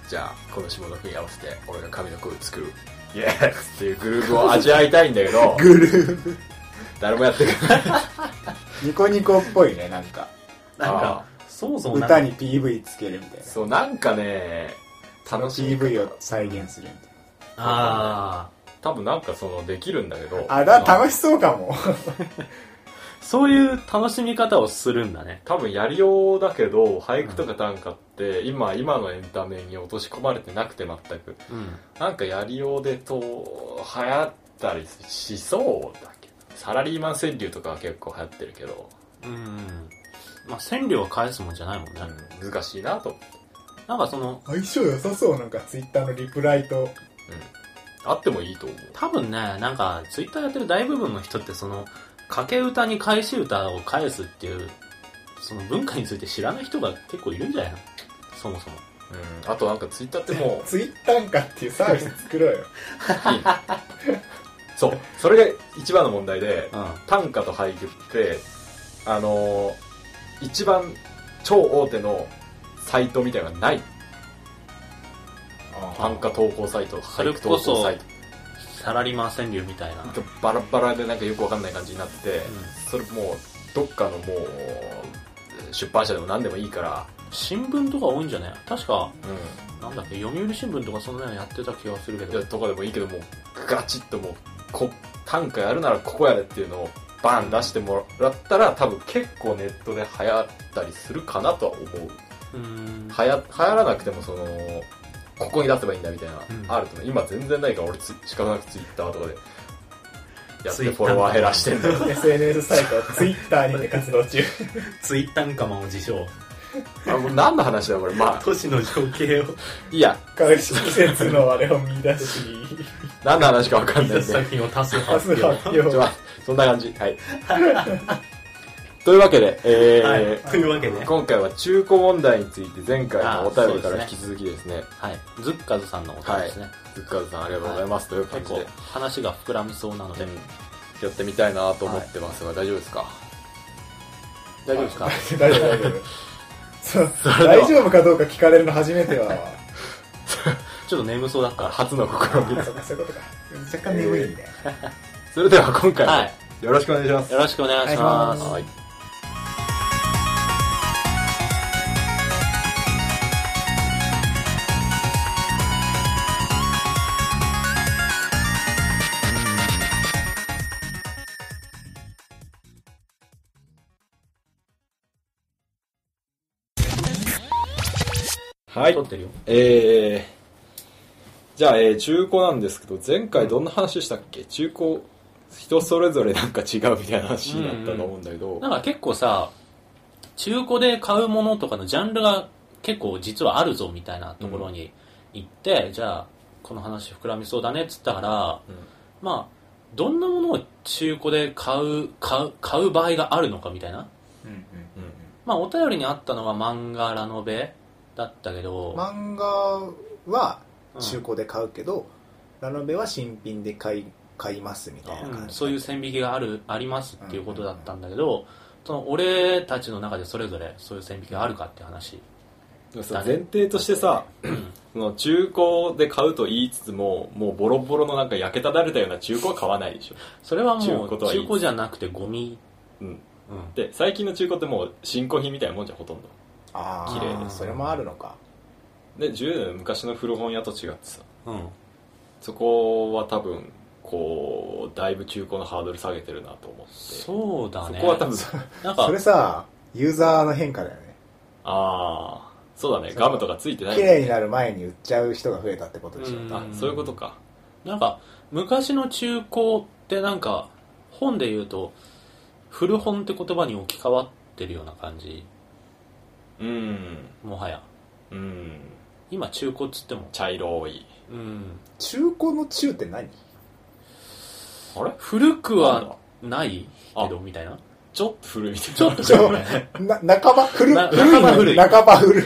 [SPEAKER 1] じゃあこの下の句に合わせて俺が紙の句を作るイエーイっていうグループを味わいたいんだけど
[SPEAKER 3] グループ
[SPEAKER 1] 誰もやってくれない
[SPEAKER 3] ニコニコっぽいねなんか
[SPEAKER 2] なん
[SPEAKER 1] あ
[SPEAKER 2] かそもそもなんか
[SPEAKER 3] 歌に PV つけるみたいな
[SPEAKER 1] そうなんかね楽しみ
[SPEAKER 3] PV を再現するみたい
[SPEAKER 2] あ
[SPEAKER 1] 多分なんかそのできるんだけど
[SPEAKER 3] なあだ楽しそうかも
[SPEAKER 2] あそういう楽しみ方をするんだね
[SPEAKER 1] 多分やりようだけど俳句とか短歌って今今のエンタメに落とし込まれてなくて全く
[SPEAKER 2] うん
[SPEAKER 1] なんかやりようでと流行ったりしそうだけどサラリーマン川柳とかは結構流行ってるけど、
[SPEAKER 2] うんまあ千両は返すもんじゃないもんね、
[SPEAKER 1] うん、難しいなと思って
[SPEAKER 2] なんかその
[SPEAKER 3] 相性良さそうなんかツイッターのリプライと
[SPEAKER 1] うん、あってもいいと思う
[SPEAKER 2] 多分ねなんかツイッターやってる大部分の人ってその掛け歌に返し歌を返すっていうその文化について知らない人が結構いるんじゃないのそもそも
[SPEAKER 1] うん、あとなんかツイッターっても
[SPEAKER 3] ツイッターかっていうサービス作ろうよ
[SPEAKER 1] ういいのそうそれが一番の問題で
[SPEAKER 2] うん
[SPEAKER 1] 短歌と俳句ってあのー一番超大手のサイトみたいなのがない短歌投稿サイト
[SPEAKER 2] そ
[SPEAKER 1] 俳
[SPEAKER 2] れ
[SPEAKER 1] 句
[SPEAKER 2] こ
[SPEAKER 1] 投
[SPEAKER 2] そ
[SPEAKER 1] 稿サイト
[SPEAKER 2] サラリーマン川柳みたいな
[SPEAKER 1] バラバラでなんかよくわかんない感じになってて、
[SPEAKER 2] ん
[SPEAKER 1] それもうどっかのもう出版社でも何でもいいから、
[SPEAKER 2] 新聞とか多いんじゃない確か
[SPEAKER 1] う
[SPEAKER 2] なんだっけ読売新聞とかそんなのやってた気がするけ
[SPEAKER 1] んいや
[SPEAKER 2] ど、
[SPEAKER 1] とかでもいいけどもうガチッともうこ短歌やるならここやれっていうのをバン出してもらったら多分結構ネットで流行ったりするかなとは思う
[SPEAKER 2] うーん
[SPEAKER 1] 流行流行らなくてもそのここに出せばいいんだみたいな、
[SPEAKER 2] うん
[SPEAKER 1] あると思う今全然ないから俺つしかもなくツイッターとかでやって
[SPEAKER 2] Twitter
[SPEAKER 1] フォロワー減らしてんだよ
[SPEAKER 3] SNS サイトツイッターにて活動中
[SPEAKER 2] ツイッター仲間を自称
[SPEAKER 1] あもう何の話だよこれまあ
[SPEAKER 2] 都市の情景を
[SPEAKER 1] いいや
[SPEAKER 3] 彼氏季節のあれを見出し
[SPEAKER 1] 何の話か分かんない んで
[SPEAKER 2] 作品を多数
[SPEAKER 3] 明
[SPEAKER 2] 発
[SPEAKER 3] 日
[SPEAKER 2] 表
[SPEAKER 3] 発表
[SPEAKER 1] ちょまあそんな感じ。はい。 というわけで、えー
[SPEAKER 2] はい、というわけで、
[SPEAKER 1] 今回は中古問題について前回のお便りから引き続きですね、
[SPEAKER 2] はい、ズッカズさんのお便りですね、
[SPEAKER 1] ズッカーズさんありがとうございます、という
[SPEAKER 2] 結
[SPEAKER 1] 感じで
[SPEAKER 2] 構、話が膨らみそうなので、
[SPEAKER 1] うんやってみたいなと思ってますが、大丈夫ですか
[SPEAKER 2] 大丈夫ですか
[SPEAKER 3] 大丈夫大丈夫そう
[SPEAKER 1] れでは
[SPEAKER 3] 大丈夫かどうか聞かれるの初めては
[SPEAKER 2] ちょっと眠そうだったら
[SPEAKER 1] 初の試み
[SPEAKER 3] そうかそういうことか若干眠いんだよ
[SPEAKER 1] それでは今回も
[SPEAKER 2] は
[SPEAKER 1] よろしくお願いします、
[SPEAKER 2] よろしくお願いし
[SPEAKER 3] お願い
[SPEAKER 2] ま
[SPEAKER 3] し
[SPEAKER 2] す
[SPEAKER 3] ます
[SPEAKER 1] はいはい
[SPEAKER 2] 撮ってるよ
[SPEAKER 1] えー、じゃあ、えー中古なんですけど前回どんな話したっけ中古人それぞれなんか違うみたいな話になったと思うんだけど、
[SPEAKER 2] なんか結構さ中古で買うものとかのジャンルが結構実はあるぞみたいなところに行って、じゃあこの話膨らみそうだねっつったから、
[SPEAKER 1] うん
[SPEAKER 2] まあどんなものを中古で買う買う買う場合があるのかみたいなまあお便りにあったのは漫画ラノベだったけど、
[SPEAKER 3] 漫画は中古で買うけど、ラノベは新品で買い買いますみたいな
[SPEAKER 2] う
[SPEAKER 3] 感
[SPEAKER 2] ん、
[SPEAKER 3] じ、
[SPEAKER 2] そういう線引きがあるありますっていうことだったんだけど、その俺たちの中でそれぞれそういう線引きがあるかって話
[SPEAKER 1] でもさ前提としてさその中古で買うと言いつつももうボロボロのなんか焼けただれたような中古は買わないでしょ、
[SPEAKER 2] それはも
[SPEAKER 1] 中
[SPEAKER 2] う
[SPEAKER 1] 古とは
[SPEAKER 2] 中
[SPEAKER 1] 言い
[SPEAKER 2] 古じゃなくてゴミ、
[SPEAKER 1] うん、
[SPEAKER 2] うん、
[SPEAKER 1] で最近の中古ってもう新古品みたいなもんじゃんほとんど
[SPEAKER 3] あ
[SPEAKER 1] 綺麗
[SPEAKER 3] あ
[SPEAKER 1] です
[SPEAKER 3] それもあるのか
[SPEAKER 1] で10年昔の古本屋と違ってさ
[SPEAKER 2] うん、
[SPEAKER 1] そこは多分こうだいぶ中古のハードル下げてるなと思って
[SPEAKER 2] そうだね
[SPEAKER 1] そこは多 分
[SPEAKER 2] なんか
[SPEAKER 3] それさユーザーの変化だよね
[SPEAKER 1] ああそうだね
[SPEAKER 3] そう
[SPEAKER 1] ガムとかついてない
[SPEAKER 3] 綺
[SPEAKER 1] もんね
[SPEAKER 3] 麗になる前に売っちゃう人が増えたってことでしょ、
[SPEAKER 2] うん
[SPEAKER 1] あそういうことか
[SPEAKER 2] なんか昔の中古ってなんか本で言うと古本って言葉に置き換わってるような感じ
[SPEAKER 1] うん
[SPEAKER 2] もはや
[SPEAKER 1] うん
[SPEAKER 2] 今中古っつっても
[SPEAKER 1] 茶色い
[SPEAKER 2] うん
[SPEAKER 3] 中古の中って何
[SPEAKER 1] あれ
[SPEAKER 2] 古く
[SPEAKER 1] なんだ
[SPEAKER 2] はないけど
[SPEAKER 1] あ
[SPEAKER 2] みたいな
[SPEAKER 1] ちょっと古いみたいな
[SPEAKER 2] ちょっと
[SPEAKER 3] ちょな半ば古い
[SPEAKER 2] な
[SPEAKER 3] 古いのに
[SPEAKER 2] 半
[SPEAKER 3] 半ば古い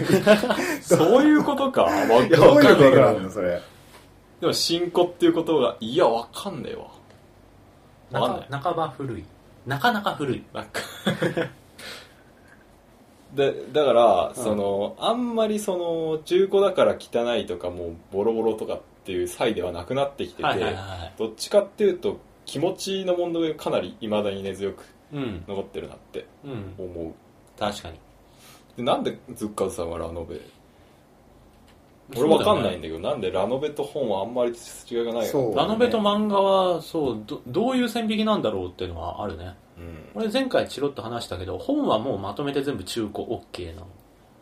[SPEAKER 1] そういうことか。わかん
[SPEAKER 3] いやどういうこと
[SPEAKER 1] な。
[SPEAKER 3] ないのそれ
[SPEAKER 1] でも、新古っていうことが、いや、わかんねえわ。
[SPEAKER 2] な
[SPEAKER 1] わかんな
[SPEAKER 2] か
[SPEAKER 1] い。
[SPEAKER 2] なかば古いなかなか古い
[SPEAKER 1] なんか で、だから、
[SPEAKER 2] うん
[SPEAKER 1] その、あんまりその、中古だから汚いとか、もう、ボロボロとかっていう際ではなくなってきてて、
[SPEAKER 2] はいはいは
[SPEAKER 1] どっちかっていうと、気持ちの問題がかなり未だに根強く
[SPEAKER 2] いうん
[SPEAKER 1] 残ってるなって
[SPEAKER 2] うん
[SPEAKER 1] 思
[SPEAKER 2] 確かに
[SPEAKER 1] う。で、なんでズッカーズさんはラノベ俺わかんないん
[SPEAKER 2] そうだよね
[SPEAKER 1] だけど、なんでラノベと本はあんまり違いがないよ
[SPEAKER 3] そう
[SPEAKER 2] ラノベと漫画はそうどどういう線引きなんだろうっていうのはあるね
[SPEAKER 1] うん。
[SPEAKER 2] 俺前回チロッと話したけど本はもうまとめて全部中古 OK なの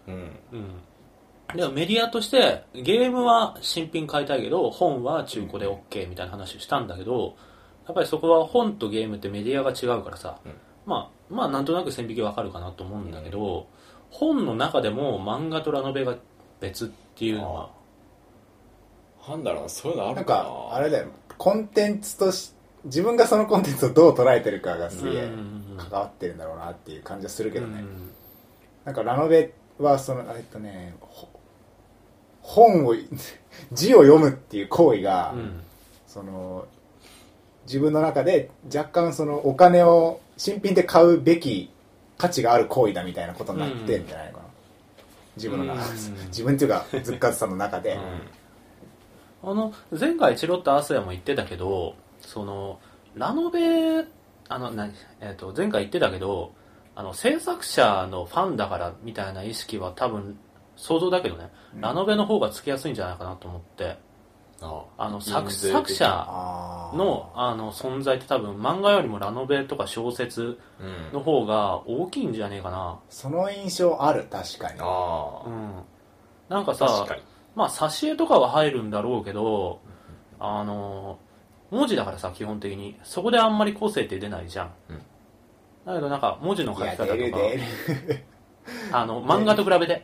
[SPEAKER 1] うん。
[SPEAKER 2] うんでもメディアとしてゲームは新品買いたいけど本は中古で OK みたいな話をしたんだけどやっぱりそこは本とゲームってメディアが違うからさ、
[SPEAKER 1] うん
[SPEAKER 2] まあまあなんとなく線引きわかるかなと思うんだけど、本の中でも漫画とラノベが別っていうのは
[SPEAKER 1] なんだろうな、そういうのあ
[SPEAKER 3] な
[SPEAKER 1] る
[SPEAKER 3] ん
[SPEAKER 1] かな。
[SPEAKER 3] かあれだよコンテンツとし自分がそのコンテンツをどう捉えてるかがすげ
[SPEAKER 2] う
[SPEAKER 3] え
[SPEAKER 2] んうんうん
[SPEAKER 3] 関わってるんだろうなっていう感じはするけどね、
[SPEAKER 2] うん
[SPEAKER 3] なんかラノベはそのえっとねほ本を 字を読むっていう行為が、
[SPEAKER 2] うん
[SPEAKER 3] その自分の中で若干そのお金を新品で買うべき価値がある行為だみたいなことになってんじゃないのかな、自分の中で
[SPEAKER 2] うん
[SPEAKER 3] 自分っていうかズッカズさんの中で、
[SPEAKER 2] あの前回チロッとアスヤも言ってたけどそのラノベあの何、えー、と前回言ってたけどあの制作者のファンだからみたいな意識は多分想像だけどね、
[SPEAKER 3] うん
[SPEAKER 2] ラノベの方がつきやすいんじゃないかなと思って
[SPEAKER 1] あ
[SPEAKER 2] あの作
[SPEAKER 1] 印税的
[SPEAKER 2] 作者
[SPEAKER 3] あー
[SPEAKER 2] のあの存在って多分漫画よりもラノベとか小説
[SPEAKER 1] うん
[SPEAKER 2] の方が大きいんじゃねえかな
[SPEAKER 3] その印象ある確かに
[SPEAKER 1] あ
[SPEAKER 2] う
[SPEAKER 1] あ
[SPEAKER 2] んなんかさ
[SPEAKER 1] 確かに
[SPEAKER 2] まあ挿絵とかは入るんだろうけどあの文字だからさ基本的にそこであんまり個性って出ないじゃん、
[SPEAKER 1] うん
[SPEAKER 2] だけどなんか文字の
[SPEAKER 3] い
[SPEAKER 2] 書き
[SPEAKER 3] や
[SPEAKER 2] 方と
[SPEAKER 3] 出
[SPEAKER 2] か
[SPEAKER 3] る出る
[SPEAKER 2] あの漫画と比べて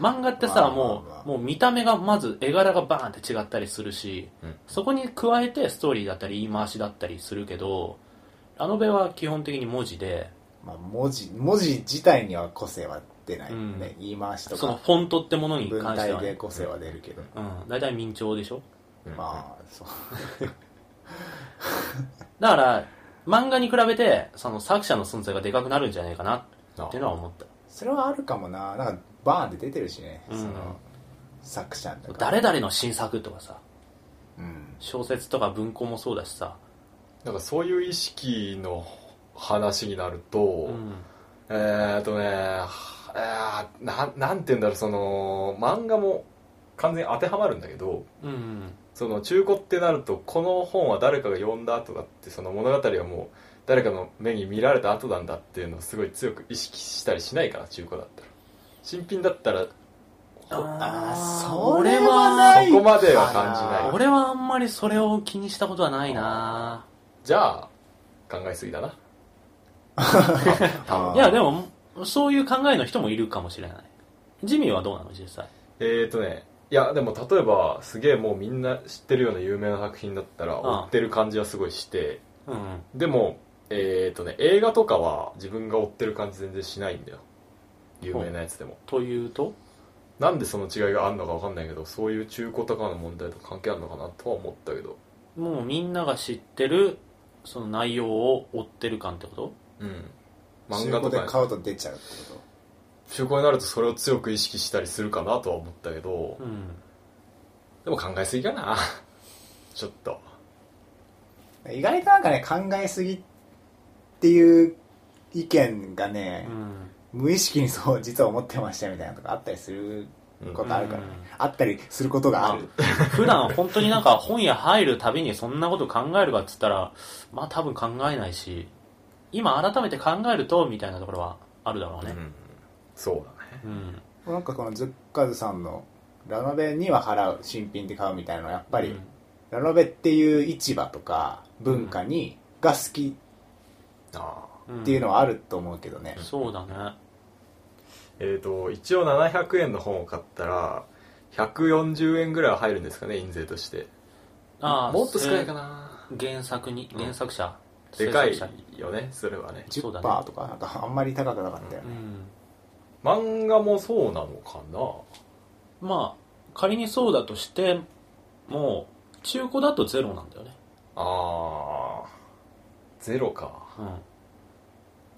[SPEAKER 2] 漫画ってさ
[SPEAKER 3] まあまあまあ
[SPEAKER 2] もうもう見た目がまず絵柄がバーンって違ったりするし、
[SPEAKER 1] うん
[SPEAKER 2] そこに加えてストーリーだったり言い回しだったりするけどラノベは基本的に文字で
[SPEAKER 3] まあ、文字文字自体には個性は出ない、
[SPEAKER 2] うん
[SPEAKER 3] ね、言い回しと
[SPEAKER 2] その
[SPEAKER 3] か
[SPEAKER 2] フォントってものに
[SPEAKER 3] 文
[SPEAKER 2] 関して
[SPEAKER 3] 体
[SPEAKER 2] は、
[SPEAKER 3] で
[SPEAKER 2] ね
[SPEAKER 3] 個性は出るけど、
[SPEAKER 2] うん、大体明朝でしょ
[SPEAKER 3] まあそう
[SPEAKER 2] だから漫画に比べてその作者の存在がでかくなるんじゃないかな
[SPEAKER 1] あ
[SPEAKER 2] っていうのは思った
[SPEAKER 3] それはあるかもななんかバーンって出てるしね、
[SPEAKER 2] うん
[SPEAKER 3] その作者とか
[SPEAKER 2] 誰々の新作とかさ
[SPEAKER 3] うん
[SPEAKER 2] 小説とか文庫もそうだしさ、
[SPEAKER 1] なんかそういう意識の話になると、
[SPEAKER 2] うん
[SPEAKER 1] えーっとねえーなんなんて言うんだろうその漫画も完全に当てはまるんだけど
[SPEAKER 2] うん
[SPEAKER 1] その中古ってなるとこの本は誰かが読んだ後だってその物語はもう誰かの目に見られた後なんだっていうのをすごい強く意識したりしないかな中古だったら新品だったら
[SPEAKER 3] あー
[SPEAKER 2] ー
[SPEAKER 3] それはない
[SPEAKER 1] そこまでは感じ
[SPEAKER 3] あ
[SPEAKER 1] ない
[SPEAKER 2] 俺はあんまりそれを気にしたことはないな
[SPEAKER 1] じゃあ考えすぎだな
[SPEAKER 3] あー
[SPEAKER 2] いやでもそういう考えの人もいるかもしれないジミーはどうなの実際
[SPEAKER 1] えーとねいやでも例えばすげえもうみんな知ってるような有名な作品だったら
[SPEAKER 2] ん
[SPEAKER 1] 追ってる感じはすごいして
[SPEAKER 2] うん
[SPEAKER 1] でもえーとね映画とかは自分が追ってる感じ全然しないんだよ有名なやつでも
[SPEAKER 2] というと
[SPEAKER 1] なんでその違いがあるのか分かんないけどそういう中古とかの問題と関係あるのかなとは思ったけど
[SPEAKER 2] もうみんなが知ってるその内容を追ってる感ってこと
[SPEAKER 1] うん漫
[SPEAKER 3] 漫
[SPEAKER 1] 画と
[SPEAKER 3] 画で
[SPEAKER 1] か
[SPEAKER 3] 買うと出ちゃうってこ
[SPEAKER 1] 中古になるとそれを強く意識したりするかなとは思ったけど
[SPEAKER 2] うん
[SPEAKER 1] でも考えすぎかなちょっと
[SPEAKER 3] と意外となんかね考えすぎっていう意見がね
[SPEAKER 2] う、ん
[SPEAKER 3] 無意識にそう実は思ってましたみたいなとかあったりすることあるから、
[SPEAKER 2] うん
[SPEAKER 3] あったりすることがある、
[SPEAKER 2] 普段本当になんか本屋入るたびにそんなこと考えるかっつったらまあ多分考えないし今改めて考えるとみたいなところはあるだろう
[SPEAKER 1] う
[SPEAKER 2] ね
[SPEAKER 1] んそうだね
[SPEAKER 2] うん
[SPEAKER 3] なんかこのズッカズさんのラノベには払う新品で買うみたいなのはやっぱり、
[SPEAKER 2] うん
[SPEAKER 3] ラノベっていう市場とか文化に、が好き
[SPEAKER 1] ああ
[SPEAKER 2] うん
[SPEAKER 3] っていうのはあると思うけどね、
[SPEAKER 2] そうだね
[SPEAKER 1] えー、と一応700円の本を買ったら140円ぐらいは入るんですかね印税として
[SPEAKER 2] ああ
[SPEAKER 1] もっと少ないかな
[SPEAKER 2] せ原作に
[SPEAKER 1] うん
[SPEAKER 2] 原作者、
[SPEAKER 1] でかい
[SPEAKER 2] 制作者に
[SPEAKER 1] よねそれはね
[SPEAKER 2] そうだね
[SPEAKER 3] 10%とかなんかあんまり高くなかったよ
[SPEAKER 2] う
[SPEAKER 3] ね、
[SPEAKER 2] ん
[SPEAKER 1] 漫画もそうなのかな
[SPEAKER 2] まあ仮にそうだとしても中古だとゼロなんだよね、
[SPEAKER 1] あーゼロか
[SPEAKER 2] うん、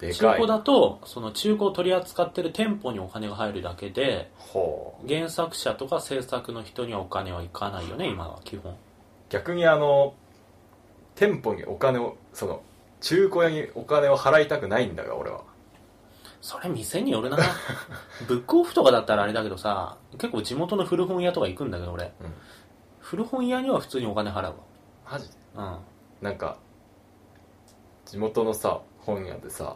[SPEAKER 1] で
[SPEAKER 2] 中
[SPEAKER 1] かい
[SPEAKER 2] 古だとその中古を取り扱ってる店舗にお金が入るだけで
[SPEAKER 1] ほう
[SPEAKER 2] 原作者とか制作の人にはお金はいかないよね今は基本
[SPEAKER 1] 逆にあの店舗にお金をその中古屋にお金を払いたくないんだが俺は
[SPEAKER 2] それ店によ るなブックオフとかだったらあれだけどさ結構地元の古本屋とか行くんだけど俺、
[SPEAKER 1] うん
[SPEAKER 2] 古本屋には普通にお金払う
[SPEAKER 1] マジ
[SPEAKER 2] わ
[SPEAKER 1] なんか地元のさ本屋でさ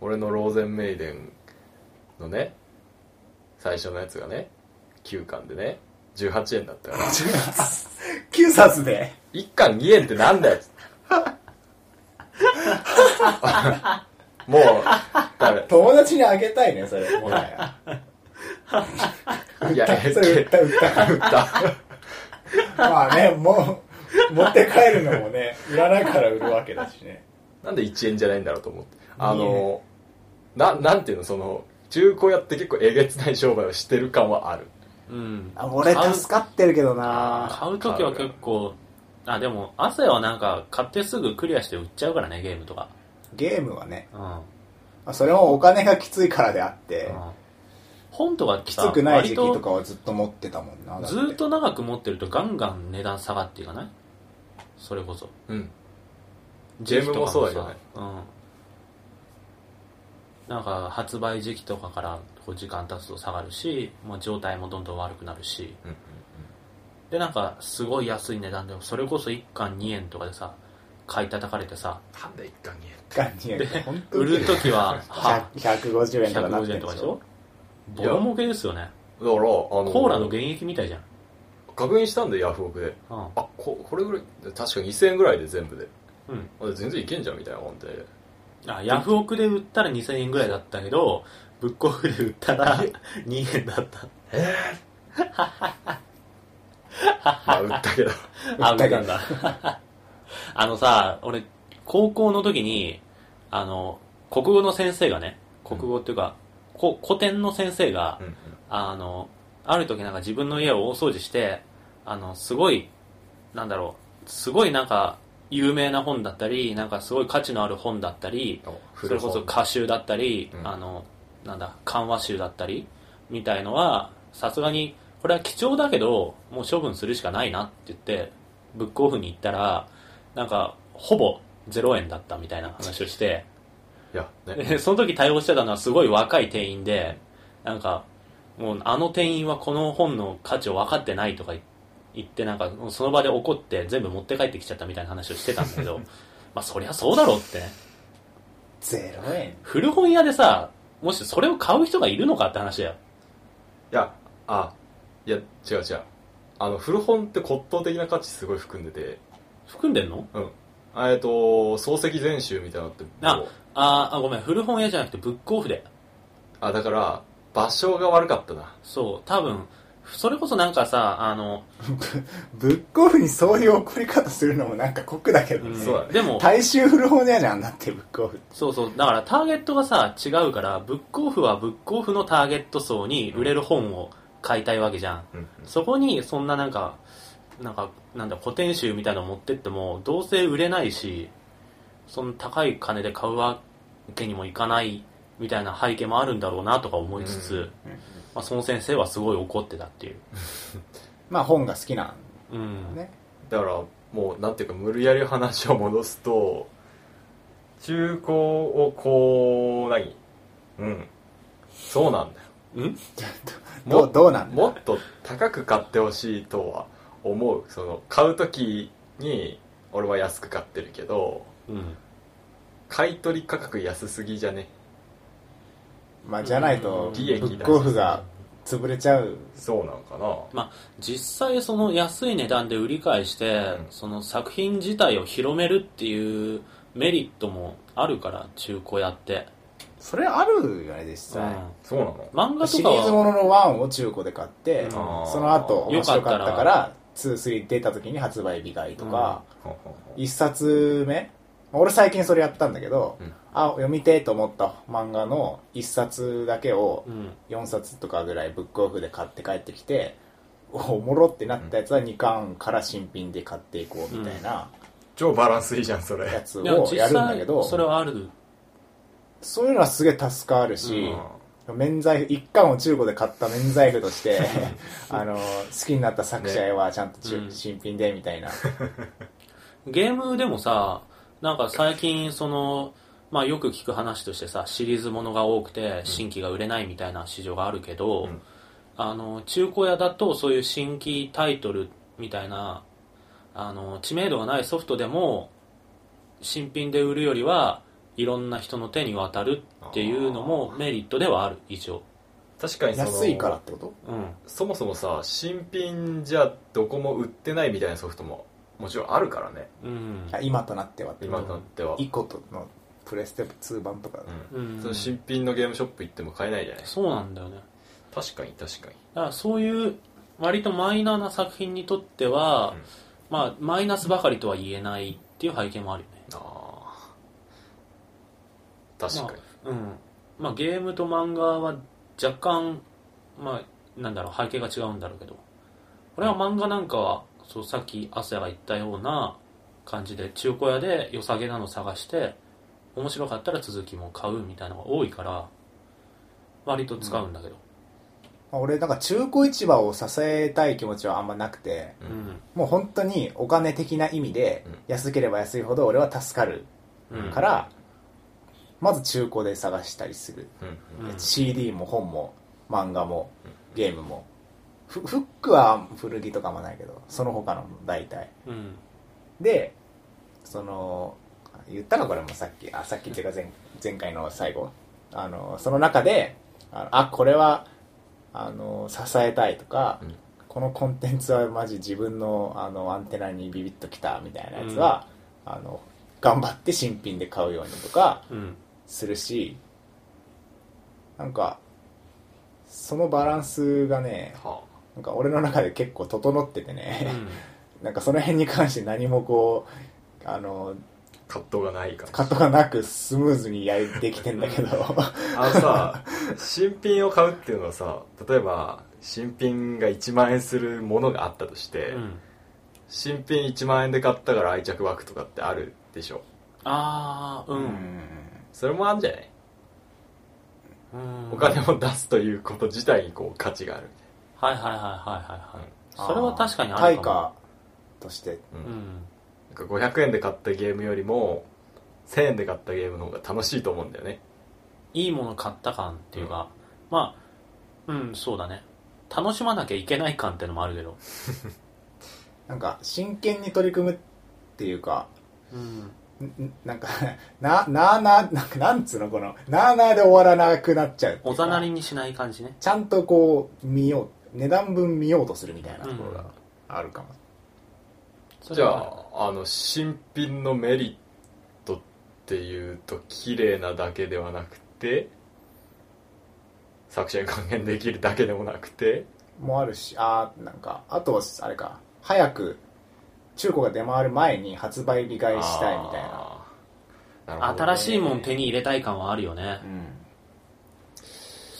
[SPEAKER 1] 俺のローゼンメイデンのね最初のやつがね9巻でね18円だったから
[SPEAKER 3] 9冊で
[SPEAKER 1] 1巻2円ってなんだよ もうダメ
[SPEAKER 3] 友達にあげたいねそれもはや
[SPEAKER 1] いや
[SPEAKER 3] それ売った売った
[SPEAKER 1] 売った
[SPEAKER 3] まあねもう持って帰るのもね売らないから売るわけだしね
[SPEAKER 1] なんで1円じゃないんだろうと思ってあのななんていうのその中古屋って結構えげつない商売をしてる感はある
[SPEAKER 2] うん、うん、
[SPEAKER 3] あ俺
[SPEAKER 2] 買う
[SPEAKER 3] 助かってるけどな
[SPEAKER 2] 買う時は結構あでも亜生はなんか買ってすぐクリアして売っちゃうからねゲームとか
[SPEAKER 3] ゲームはね
[SPEAKER 2] うん、うん
[SPEAKER 3] まあそれもお金がきついからであって、
[SPEAKER 2] 本とか
[SPEAKER 3] き
[SPEAKER 2] き
[SPEAKER 3] つくない時期とかはずっと持ってたもんなだて
[SPEAKER 2] ずーっと長く持ってるとガンガン値段下がっていかないそれこそ
[SPEAKER 1] うんゲームもそうだけどね
[SPEAKER 2] うんなんか発売時期とかからこう時間経つと下がるし、まあ、状態もどんどん悪くなるし
[SPEAKER 1] うんうん
[SPEAKER 2] でなんかすごい安い値段でそれこそ1貫2円とかでさ買い叩かれてさ
[SPEAKER 1] なんで1巻2円って
[SPEAKER 3] 感じやけど本当
[SPEAKER 2] 売
[SPEAKER 3] に
[SPEAKER 2] る時 はは
[SPEAKER 3] 150円とかな
[SPEAKER 2] 150
[SPEAKER 3] ってる
[SPEAKER 2] 円
[SPEAKER 3] ん
[SPEAKER 2] と
[SPEAKER 3] で
[SPEAKER 2] かで
[SPEAKER 3] し
[SPEAKER 2] し
[SPEAKER 3] ょ
[SPEAKER 2] ょボロ儲けですよね
[SPEAKER 1] だからあの
[SPEAKER 2] コーラの現役みたいじゃん、
[SPEAKER 1] 確認したんだよヤフオクで
[SPEAKER 2] うん
[SPEAKER 1] あここれぐらい確か2000円ぐらいで全部で
[SPEAKER 2] うん、
[SPEAKER 1] あ全然いけんじゃんみたいな感じで
[SPEAKER 2] あヤフオクで売ったら2000円ぐらいだったけどブックオフで売った ら2円だった
[SPEAKER 1] まあ売った けど
[SPEAKER 2] あ、売
[SPEAKER 3] 売っ
[SPEAKER 2] った
[SPEAKER 3] けど
[SPEAKER 2] たんだ。 あのさ、俺、高校の時に、あの、国語の先生がね、国語っていうか、こ古典の先生が、
[SPEAKER 1] うん
[SPEAKER 2] あの、ある時なんか自分の家を大掃除して、あの、すごい、なんだろう、すごいなんか、有名な本だったり、なんかすごい価値のある本だったり、
[SPEAKER 1] あ
[SPEAKER 2] そ
[SPEAKER 1] 古
[SPEAKER 2] れ
[SPEAKER 1] 本
[SPEAKER 2] こそ歌集だったり、
[SPEAKER 1] うん
[SPEAKER 2] あの、なんだ、緩和集だったり、みたいのは、さすがに、これは貴重だけど、もう処分するしかないなって言って、ブックオフに行ったら、なんか、ほぼ0円だったみたいな話 をして、
[SPEAKER 1] いやね
[SPEAKER 2] でその時対応してたのはすごい若い店員で、なんか、もうあの店員はこの本の価値を分かってないとか言って、なんかその場で怒って全部持って帰ってきちゃったみたいな話をしてたんだけ ど、まあそりゃそうだろうってね。
[SPEAKER 3] 0円
[SPEAKER 2] 古本屋でさ、もしそれを買う人がいるのかって話だよ。
[SPEAKER 1] いやあいや違う違うあの古本って骨董的な価値すごい含んでて
[SPEAKER 2] 含んでんの
[SPEAKER 1] うんあえっと漱石全集みたいなのって
[SPEAKER 2] あ
[SPEAKER 1] もう
[SPEAKER 2] あーあごめん古本屋じゃなくてブックオフで
[SPEAKER 1] あだから場所が悪かったな
[SPEAKER 2] そう多分それこそなんかさあの、
[SPEAKER 3] ブックオフにそういう送り方するのもなんか酷だけど
[SPEAKER 2] うん
[SPEAKER 3] ね。
[SPEAKER 1] そうだね
[SPEAKER 2] でも
[SPEAKER 3] 大衆古本屋じゃんだって、ブックオフ。
[SPEAKER 2] そうそうだからターゲットがさ違うからブックオフはブックオフのターゲット層に売れる本を買いたいわけじゃん、
[SPEAKER 1] うん
[SPEAKER 2] そこにそんななんかなんかなんだ古典集みたいなの持ってってもどうせ売れないしその高い金で買うわけにもいかないみたいな背景もあるんだろうなとか思いつつ、
[SPEAKER 1] うん
[SPEAKER 2] まあ、その先生はすごい怒ってたっていう、
[SPEAKER 3] まあ本が好きな
[SPEAKER 2] うん
[SPEAKER 3] んだね。
[SPEAKER 1] だからもうなんていうか無理やり話を戻すと中古をこう何うんそうなんだよ
[SPEAKER 2] うん
[SPEAKER 1] も
[SPEAKER 3] どう、どうなんだ
[SPEAKER 1] もっと高く買ってほしいとは思うその買う時に俺は安く買ってるけど
[SPEAKER 2] うん
[SPEAKER 1] 買い取り価格安すぎじゃね
[SPEAKER 3] まあじゃないと、ブ
[SPEAKER 1] 利益だ
[SPEAKER 3] ックオフが潰れちゃう。
[SPEAKER 1] そうなのかな
[SPEAKER 2] 実際その安い値段で売り買いして、
[SPEAKER 1] ん
[SPEAKER 2] その作品自体を広めるっていうメリットもあるから中古屋って、
[SPEAKER 3] それあるよね、実
[SPEAKER 2] うん
[SPEAKER 3] 際。
[SPEAKER 1] そうなの
[SPEAKER 2] 漫画と
[SPEAKER 3] シリ
[SPEAKER 2] か
[SPEAKER 3] ーズ
[SPEAKER 2] は
[SPEAKER 3] ものの1を中古で買って、
[SPEAKER 2] うん
[SPEAKER 3] その後面白かった
[SPEAKER 2] よか
[SPEAKER 3] か
[SPEAKER 2] った
[SPEAKER 3] ら23出た時に発売日買いとか、
[SPEAKER 1] ほんほんほん
[SPEAKER 3] 一1冊目俺最近それやったんだけど、
[SPEAKER 1] うん
[SPEAKER 3] あ読みてえと思った漫画の1冊だけを
[SPEAKER 2] うん
[SPEAKER 3] 4冊とかぐらいブックオフで買って帰ってきておおもろってなったやつは2巻から新品で買っていこうみたいな
[SPEAKER 1] 超バランスいいじゃんそれ
[SPEAKER 3] やつを
[SPEAKER 2] いや
[SPEAKER 3] やるんだけど、
[SPEAKER 2] 実際それはある
[SPEAKER 3] そういうのはすげえ助かるし、免罪符一巻を中古で買った免罪符として あの好きになった作者はちゃんと中、
[SPEAKER 2] うん
[SPEAKER 3] 新品でみたいな、
[SPEAKER 2] ゲームでもさなんか最近その、まあ、よく聞く話としてさシリーズものが多くて新規が売れないみたいな市場があるけど、
[SPEAKER 1] うん
[SPEAKER 2] あの中古屋だとそういう新規タイトルみたいなあの知名度がないソフトでも新品で売るよりはいろんな人の手に渡るっていうのもメリットではある以上、
[SPEAKER 1] 確かにその
[SPEAKER 3] 安いからってこと
[SPEAKER 2] うん、
[SPEAKER 1] そもそもさ新品じゃどこも売ってないみたいなソフトももちろんあるからね
[SPEAKER 2] うん
[SPEAKER 3] あ今となってはって
[SPEAKER 1] 今となっては、
[SPEAKER 3] イコとのプレステ2版とか、
[SPEAKER 1] う
[SPEAKER 2] うんん
[SPEAKER 1] その新品のゲームショップ行っても買えないじゃない
[SPEAKER 2] そうなんだよね
[SPEAKER 1] 確かに確かに
[SPEAKER 2] だからそういう割とマイナーな作品にとって
[SPEAKER 1] う
[SPEAKER 2] は、
[SPEAKER 1] ん
[SPEAKER 2] まあマイナスばかりとは言えないっていう背景もあるよね
[SPEAKER 1] あー確かに、
[SPEAKER 2] うんまあゲームと漫画は若干まあなんだろう背景が違うんだろうけど俺は漫画なんかはそうさっきアスヤが言ったような感じで中古屋で良さげなの探して面白かったら続きも買うみたいなのが多いから割と使うんだけど
[SPEAKER 3] まあ俺なんか中古市場を支えたい気持ちはあんまなくて
[SPEAKER 1] う
[SPEAKER 2] うんん
[SPEAKER 3] もう本当にお金的な意味で
[SPEAKER 1] うん
[SPEAKER 3] 安ければ安いほど俺は助かる
[SPEAKER 2] うん
[SPEAKER 3] から、まず中古で探したりする
[SPEAKER 1] うん
[SPEAKER 2] うん
[SPEAKER 3] CD も本も漫画もゲームもフフックは古着とかもないけどその他のも大体
[SPEAKER 2] うん
[SPEAKER 3] でその言ったかこれもさっきあさっきっていうか前前回の最後あのその中でああこれはあの支えたいとか、
[SPEAKER 1] うん
[SPEAKER 3] このコンテンツはマジ自分のあのアンテナにビビッときたみたいなやつは、あの頑張って新品で買うようにとか
[SPEAKER 2] うん
[SPEAKER 3] するしなんかそのバランスがね
[SPEAKER 1] は
[SPEAKER 3] なんか俺の中で結構整ってて
[SPEAKER 2] う
[SPEAKER 3] ね、
[SPEAKER 2] ん
[SPEAKER 3] なんかその辺に関して何もこうあの
[SPEAKER 1] あ葛藤がないから
[SPEAKER 3] カットがなくスムーズにやりできてんだけど
[SPEAKER 1] あのさ新品を買うっていうのはさ例えば新品が1万円するものがあったとして、
[SPEAKER 2] うん
[SPEAKER 1] 新品1万円で買ったから愛着枠とかってあるでしょ
[SPEAKER 2] ああ
[SPEAKER 3] う
[SPEAKER 2] うん、
[SPEAKER 1] それもあるんじゃない、
[SPEAKER 2] うん、
[SPEAKER 1] お金を出すということ自体にこう価値がある
[SPEAKER 2] はいはいはいはいはいはいそれは確かにある
[SPEAKER 3] 対
[SPEAKER 2] かも
[SPEAKER 3] 価として
[SPEAKER 1] みたいな,、
[SPEAKER 2] う
[SPEAKER 1] うん
[SPEAKER 2] ん
[SPEAKER 1] なんか500円で買ったゲームよりも1000円で買ったゲームの方が楽しいと思うんだよね
[SPEAKER 2] いいもの買った感っていうか、まあうんそうだね楽しまなきゃいけない感ってのもあるけど
[SPEAKER 3] なんか真剣に取り組むっていうか
[SPEAKER 2] うん
[SPEAKER 3] んんなんか ななあなあなんかなんつうのこのなあなあで終わらなくなっちゃうっていうか
[SPEAKER 2] おざなりにしない感じね
[SPEAKER 3] ちゃんとこう見よう値段分見ようとするみたいなところ
[SPEAKER 2] う
[SPEAKER 3] が
[SPEAKER 2] ん
[SPEAKER 3] あるかも、
[SPEAKER 1] じゃああの新品のメリットっていうと綺麗なだけではなくて作者に還元できるだけでもなくて
[SPEAKER 3] もあるしあーなんかあとあれか早く中古が出回る前に発売理解したいみたいな、
[SPEAKER 1] あーなるほどね
[SPEAKER 2] 新しいもん手に入れたい感はあるよね
[SPEAKER 3] うん、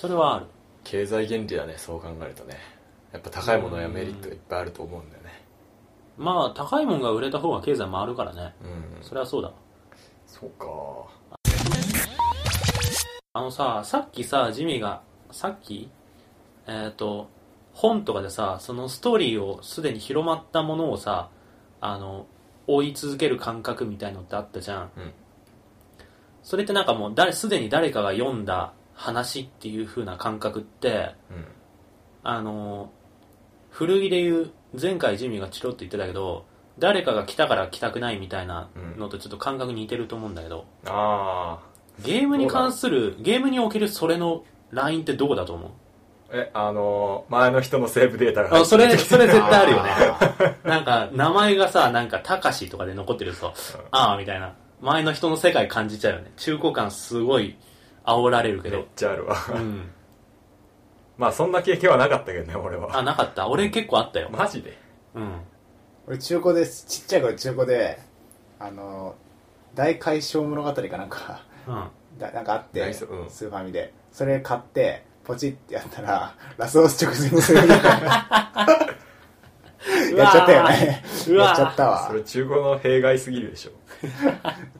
[SPEAKER 2] それはある
[SPEAKER 1] 経済原理だねそう考えるとねやっぱ高いものやメリットがいっぱいあると思うんだよね
[SPEAKER 2] まあ高いもんが売れた方が経済回るからね
[SPEAKER 1] うん
[SPEAKER 2] それはそうだ
[SPEAKER 1] そうか
[SPEAKER 2] あのささっきさジミーがさっきえっ、と本とかでさそのストーリーをすでに広まったものをさあの追い続ける感覚みたいのってあったじゃん、
[SPEAKER 1] うん
[SPEAKER 2] それってなんかもう誰すでに誰かが読んだ話っていう風な感覚って
[SPEAKER 1] うん
[SPEAKER 2] あの古着で言う前回ジミーがチロッと言ってたけど誰かが来たから来たくないみたいなのとちょっと感覚似てると思うんだけど、
[SPEAKER 1] ああ
[SPEAKER 2] ゲームに関するゲームにおけるそれのラインってどこだと思う
[SPEAKER 1] えあのー前の人のセーブデータが
[SPEAKER 2] あそれそれ絶対あるよね
[SPEAKER 3] あ
[SPEAKER 2] なんか名前がさなんか「たかし」とかで残ってるとああみたいな前の人の世界感じちゃうよね中古感すごい煽られるけ
[SPEAKER 1] めっ
[SPEAKER 2] ど
[SPEAKER 1] ちゃあるわ
[SPEAKER 2] うん
[SPEAKER 1] まあそんな経験はなかったけどね俺は
[SPEAKER 2] あなかった俺結構あったよ
[SPEAKER 1] マジで
[SPEAKER 2] うん
[SPEAKER 3] 俺中古ですちっちゃい頃中古であの大解消物語かなんか
[SPEAKER 2] うん
[SPEAKER 3] だなんかあって、
[SPEAKER 1] 大
[SPEAKER 3] ス
[SPEAKER 1] そうん
[SPEAKER 3] ーファミでそれ買ってポチってやったら ラスボス直前のセーブだから やっちゃったよね
[SPEAKER 2] うわー
[SPEAKER 3] やっちゃったわ
[SPEAKER 1] それ中古の弊害すぎるでしょ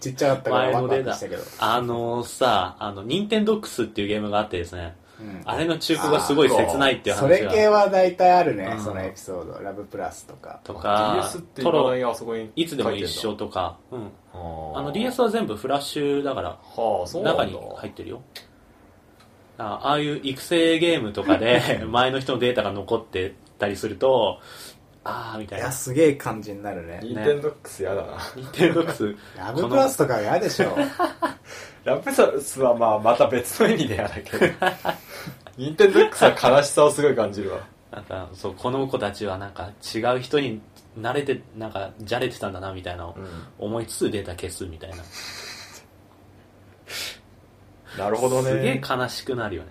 [SPEAKER 3] ちっちゃかったから
[SPEAKER 2] 前
[SPEAKER 3] ワ
[SPEAKER 2] の
[SPEAKER 3] クワ
[SPEAKER 2] 出
[SPEAKER 3] ク
[SPEAKER 2] だ
[SPEAKER 3] したけど、
[SPEAKER 2] あのさあのニンテンドックスっていうゲームがあってですね
[SPEAKER 3] うん
[SPEAKER 2] あれの中古がすごい切ないっていう
[SPEAKER 3] そ
[SPEAKER 2] 話
[SPEAKER 3] れ系
[SPEAKER 2] が
[SPEAKER 3] は大体あるね、
[SPEAKER 2] うん
[SPEAKER 3] そのエピソードラブプラスとか
[SPEAKER 2] とか
[SPEAKER 1] DS って
[SPEAKER 2] ト
[SPEAKER 1] 今
[SPEAKER 2] ロ
[SPEAKER 1] 何があそこに
[SPEAKER 2] いつでも一緒とかうんあ
[SPEAKER 1] あ
[SPEAKER 2] の DS は全部フラッシュだから
[SPEAKER 1] はあそうなんだ
[SPEAKER 2] 中に入ってるよあああいう育成ゲームと かで前の人のデータが残ってたりするとああみた
[SPEAKER 3] い
[SPEAKER 2] いな
[SPEAKER 3] やすげえ感じになるね
[SPEAKER 1] ニンテンドックスやだな
[SPEAKER 2] ニンテンドックス
[SPEAKER 3] ラブプラスとか嫌でしょ
[SPEAKER 1] ラプサスはまあまた別の意味でやだけ どニンテンドックスは悲しさをすごい感じるわ
[SPEAKER 2] なんかそうこの子たちはなんか違う人に慣れてなんかじゃれてたんだなみたいなのを思いつつデータ消すみたいな
[SPEAKER 1] なるほど
[SPEAKER 2] すげえ
[SPEAKER 1] ね
[SPEAKER 2] 悲しくなるよね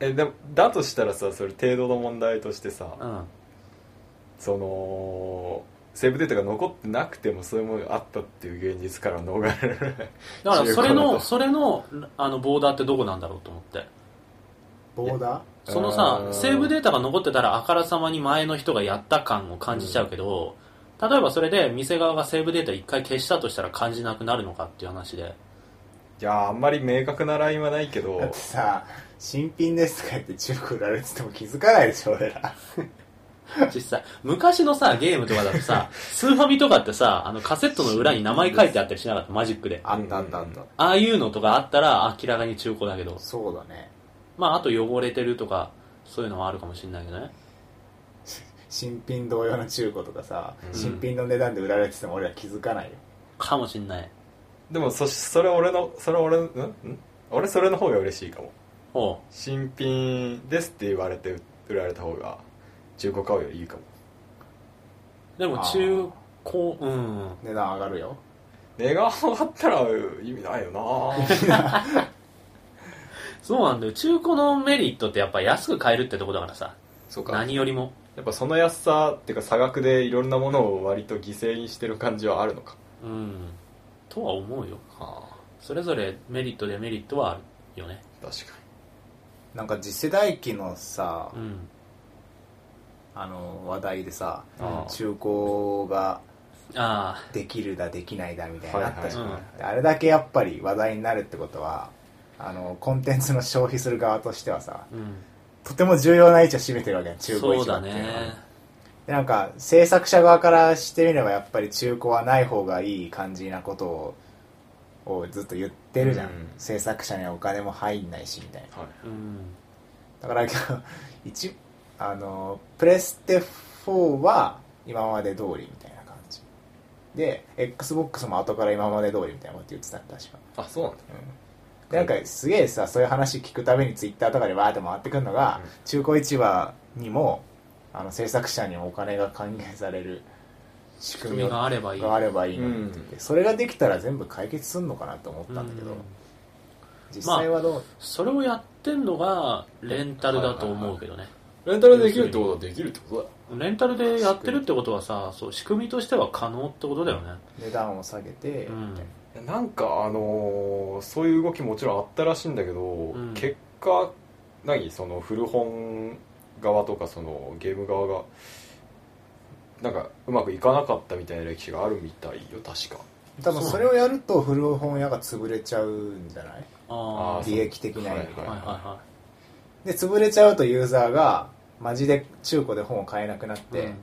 [SPEAKER 1] えでもだとしたらさそれ程度の問題としてさ
[SPEAKER 2] うん
[SPEAKER 1] そのセーブデータが残ってなくてもそういうものがあったっていう現実から逃れられない
[SPEAKER 2] だからそれ
[SPEAKER 1] 中古だ
[SPEAKER 2] の
[SPEAKER 1] と
[SPEAKER 2] それのあのボーダーってどこなんだろうと思って
[SPEAKER 3] ボーダー
[SPEAKER 2] そのさ
[SPEAKER 1] うん
[SPEAKER 2] セーブデータが残ってたらあからさまに前の人がやった感を感じちゃうけど、例えばそれで店側がセーブデータ一回消したとしたら感じなくなるのかっていう話で
[SPEAKER 1] いやーあんまり明確なラインはないけ
[SPEAKER 3] だっ
[SPEAKER 1] ど
[SPEAKER 3] てさ新品ですとか言って中古売られてても気づかないでしょ俺ら
[SPEAKER 2] 実際昔のさゲームとかだ とさスーファミとかってさあのカセットの裏に名前書いてあったりしなかったマジックで
[SPEAKER 3] あったあったあった、
[SPEAKER 2] ああいうのとかあったら明らかに中古だけど
[SPEAKER 3] そうだね
[SPEAKER 2] まああと汚れてるとかそういうのはあるかもしれないけどね
[SPEAKER 3] 新品同様の中古とかさ、
[SPEAKER 1] うん
[SPEAKER 3] 新品の値段で売られてても俺ら気づかないよ
[SPEAKER 2] かもしれない
[SPEAKER 1] でもそしそれ俺のそれ俺のんん俺それの方が嬉しいかも
[SPEAKER 2] おう
[SPEAKER 1] 新品ですって言われて売られた方が中古買うよりいいかも
[SPEAKER 2] でも中古うん
[SPEAKER 3] 値段上がるよ
[SPEAKER 1] 値が上がったら意味ないよな
[SPEAKER 2] そうなんだよ中古のメリットってやっぱ安く買えるってとこだからさ
[SPEAKER 1] そうか
[SPEAKER 2] 何よりも
[SPEAKER 1] やっぱその安さっていうか差額でいろんなものを割と犠牲にしてる感じはあるのか
[SPEAKER 2] うんとは思うよ
[SPEAKER 1] あ
[SPEAKER 2] それぞれメリットデメリットはあるよね
[SPEAKER 1] あ確か
[SPEAKER 3] なんか次世代機のさ、
[SPEAKER 2] うん
[SPEAKER 3] あの話題でさ
[SPEAKER 1] にああ
[SPEAKER 3] 中古が
[SPEAKER 2] あ
[SPEAKER 3] できるだできないだみたいなのあったじゃん、
[SPEAKER 2] はいはい
[SPEAKER 1] はい
[SPEAKER 3] であれだけやっぱり話題になるってことはあのコンテンツの消費する側としてはさ
[SPEAKER 2] あうん
[SPEAKER 3] とても重要な位置を占めてるわけやん中古
[SPEAKER 2] そう
[SPEAKER 3] 市場
[SPEAKER 2] だ
[SPEAKER 3] っていうのは
[SPEAKER 2] ね
[SPEAKER 3] でなんか制作者側からしてみればやっぱり中古はない方がいい感じなことををずっと言ってるじゃん、
[SPEAKER 1] うん
[SPEAKER 3] 制作者にはお金も入んないしみたいな
[SPEAKER 1] はい
[SPEAKER 2] うん
[SPEAKER 3] だから 一あのプレステ4は今まで通りみたいな感じで XBOX も後から今まで通りみたいなこと言ってたんだ確か、
[SPEAKER 1] あそうなんだ
[SPEAKER 3] うんでなんかすげえさそういう話聞くためにツイッターとかでわーって回ってくるのが、
[SPEAKER 2] うん
[SPEAKER 3] 中古市場にもあの制作者にもお金が還元される
[SPEAKER 2] 仕
[SPEAKER 3] 仕
[SPEAKER 2] 組みがあればいい
[SPEAKER 3] があればいいのにって言ってそれができたら全部解決すんのかなと思ったんだけど、
[SPEAKER 2] うん
[SPEAKER 3] 実際はどう、
[SPEAKER 2] それをやってんのがレンタルだと思うけどね
[SPEAKER 1] レンタルできるってことはできるってことだ
[SPEAKER 2] レンタルでやってるってことはさそう仕組みとしては可能ってことだよね
[SPEAKER 3] 値段を下げて、
[SPEAKER 2] うん
[SPEAKER 3] みたい
[SPEAKER 1] なんかあのーそういう動きもちろんあったらしいんだけど、
[SPEAKER 2] ん
[SPEAKER 1] 結果何その古本側とかそのゲーム側がなんかうまくいかなかったみたいな歴史があるみたいよ確か
[SPEAKER 3] な多分それをやると古本屋が潰れちゃうんじゃない
[SPEAKER 2] あ
[SPEAKER 1] あ
[SPEAKER 3] 利益的な意味で、
[SPEAKER 1] ー
[SPEAKER 2] あはいは
[SPEAKER 3] で潰れちゃうとユーザーがマジで中古で本を買えなくなっ
[SPEAKER 2] いはい
[SPEAKER 3] て、
[SPEAKER 2] うん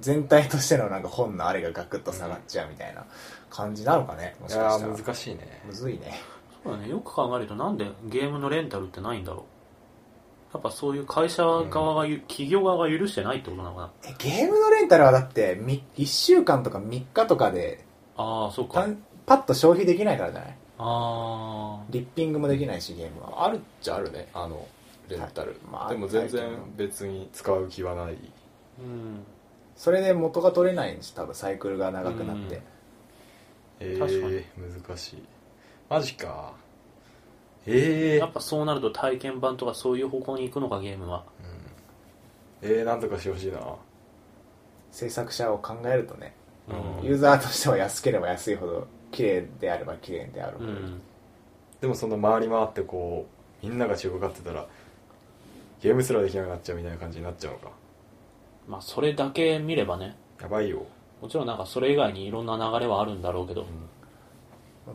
[SPEAKER 3] 全体としてのなんか本のあれがガクッと下がっちゃうみたいな感じなのかねも
[SPEAKER 1] い
[SPEAKER 3] しか
[SPEAKER 1] や
[SPEAKER 3] したら
[SPEAKER 1] ー難しいね
[SPEAKER 3] むずいね
[SPEAKER 2] そうだねよく考えるとなんでゲームのレンタルってないんだろうやっぱそういう会社側がゆ、企業側が許してないってことなのかな
[SPEAKER 3] えゲームのレンタルはだって1週間とか3日とかで
[SPEAKER 2] ああそうか
[SPEAKER 3] たんパッと消費できないからじゃない
[SPEAKER 2] あ
[SPEAKER 3] リッピングもできないしゲームは
[SPEAKER 1] あるっちゃあるねあのレンタル、
[SPEAKER 3] まあ
[SPEAKER 1] でも全然
[SPEAKER 3] あると思う
[SPEAKER 1] 別に使う気はない
[SPEAKER 2] ーうん
[SPEAKER 3] それで元が取れないんです多分サイクルが長くなって、
[SPEAKER 2] うん
[SPEAKER 1] えー、
[SPEAKER 2] 確かに
[SPEAKER 1] 難しいマジかええ
[SPEAKER 2] やっぱそうなると体験版とかそういう方向に行くのかゲームは
[SPEAKER 1] えー、なんとかしてほしいな
[SPEAKER 3] 制作者を考えるとね
[SPEAKER 1] うん
[SPEAKER 3] ユーザーとしては安ければ安いほど綺麗であれば綺麗であるほ
[SPEAKER 2] う
[SPEAKER 3] ど、
[SPEAKER 2] ん
[SPEAKER 1] でもその回り回ってこうみんなが中古買ってたらゲームすらできなくなっちゃうみたいな感じになっちゃうのか
[SPEAKER 2] まあそれだけ見ればね
[SPEAKER 1] やばいよ、
[SPEAKER 2] もちろんなんかそれ以外にいろんな流れはあるんだろうけど、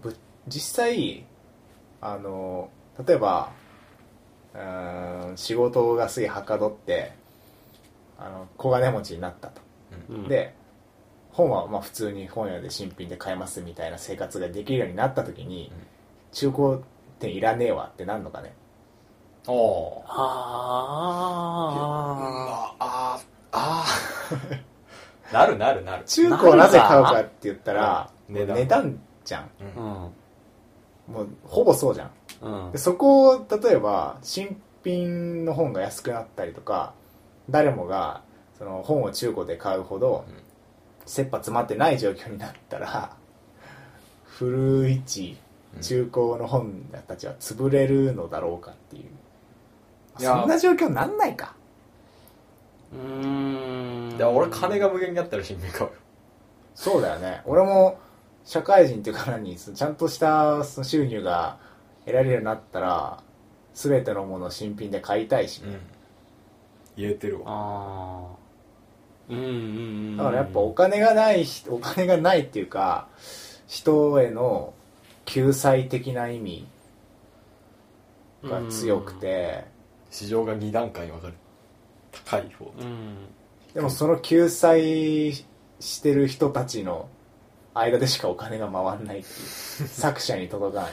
[SPEAKER 3] ぶ実際あの例えばうーん仕事がすげえはかどってあの小金持ちになったと、
[SPEAKER 2] うん、
[SPEAKER 3] で本はまあ普通に本屋で新品で買えますみたいな生活ができるようになった時に、
[SPEAKER 1] うん
[SPEAKER 3] 中古店いらねえわってなんのかね
[SPEAKER 1] あ
[SPEAKER 2] あ
[SPEAKER 1] ああああ なるなるなる
[SPEAKER 3] 中古をなぜ買うかって言ったら
[SPEAKER 1] なるか
[SPEAKER 3] もう値段じゃん
[SPEAKER 1] う
[SPEAKER 2] あうんん
[SPEAKER 3] もうほぼそうじゃん
[SPEAKER 2] うん
[SPEAKER 3] でそこを例えば新品の本が安くなったりとか誰もがその本を中古で買うほど
[SPEAKER 1] うん
[SPEAKER 3] 切羽詰まってない状況になったら 古市
[SPEAKER 1] うん
[SPEAKER 3] 中古の本たちは潰れるのだろうかっていう
[SPEAKER 1] いや
[SPEAKER 3] そんな状況になんないか
[SPEAKER 2] うーん
[SPEAKER 1] いや俺金が無限にあったら新品買うよ
[SPEAKER 3] そうだよね俺も社会人っていうからにそのちゃんとしたその収入が得られるようになったら全てのものを新品で買いたいしね、
[SPEAKER 1] 言えてるわ
[SPEAKER 2] ああうんうんうん
[SPEAKER 3] だからやっぱお金がない人お金がないっていうか人への救済的な意味が強くて、
[SPEAKER 1] 市場が2段階に分かれる高い方
[SPEAKER 2] うん、うん
[SPEAKER 3] でもその救済してる人たちの間でしかお金が回んない っていう作者に届かない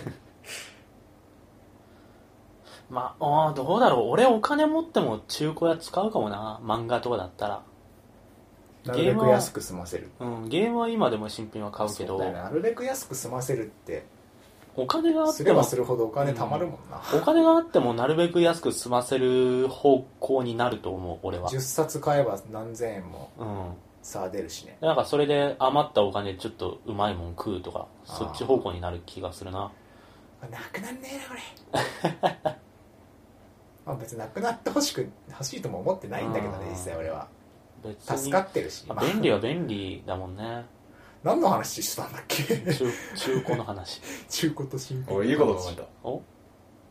[SPEAKER 2] まああーどうだろう俺お金持っても中古屋使うかもな漫画とかだったら、
[SPEAKER 3] なるべく安く済ませる
[SPEAKER 2] うん、ゲームは今でも新品は買うけ
[SPEAKER 3] そ
[SPEAKER 2] ど
[SPEAKER 3] だよねなるべく安く済ませるって
[SPEAKER 2] お金があっ
[SPEAKER 3] す
[SPEAKER 2] て
[SPEAKER 3] れば
[SPEAKER 2] も
[SPEAKER 3] するほどお金貯まるもんな、
[SPEAKER 2] お金があってもなるべく安く済ませる方向になると思う俺は
[SPEAKER 3] 10冊買えば何千円も
[SPEAKER 2] うん
[SPEAKER 3] 差出るしね
[SPEAKER 2] なんかそれで余ったお金ちょっとうまいもん食うとか
[SPEAKER 3] あー
[SPEAKER 2] そっち方向になる気がするな
[SPEAKER 3] なくなんねえなこれ まあ別になくなってほしく欲しいとも思ってないんだけどね
[SPEAKER 2] あー
[SPEAKER 3] 実際俺は
[SPEAKER 2] 別に
[SPEAKER 3] 助かってるし、
[SPEAKER 2] ま
[SPEAKER 3] ま
[SPEAKER 2] あ
[SPEAKER 3] あ
[SPEAKER 2] 便利は便利だもんね
[SPEAKER 3] 何の話してたんだっけ
[SPEAKER 2] 中中古の話
[SPEAKER 3] 中古と新品
[SPEAKER 1] 俺いいこと考えた
[SPEAKER 2] お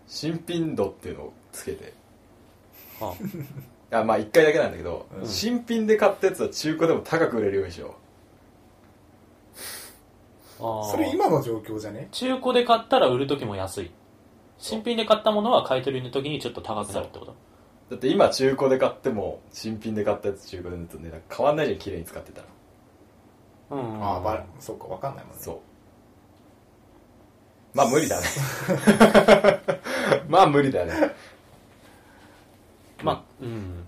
[SPEAKER 1] 新品度っていうのをつけて
[SPEAKER 2] あ
[SPEAKER 1] あまあ1回だけなんだけど、
[SPEAKER 3] うん
[SPEAKER 1] 新品で買ったやつは中古でも高く売れるようにしよ
[SPEAKER 2] あー
[SPEAKER 3] それ今の状況じゃね
[SPEAKER 2] 中古で買ったら売る時も安い新品で買ったものは買い取りの時にちょっと高くなるってこと
[SPEAKER 1] うだって今中古で買っても新品で買ったやつ中古でと値段変わんないじゃん綺麗に使ってたら
[SPEAKER 2] うん
[SPEAKER 3] ああばそうか分かんないもんね
[SPEAKER 1] そうまあ無理だね まあ無理だね
[SPEAKER 2] まあうん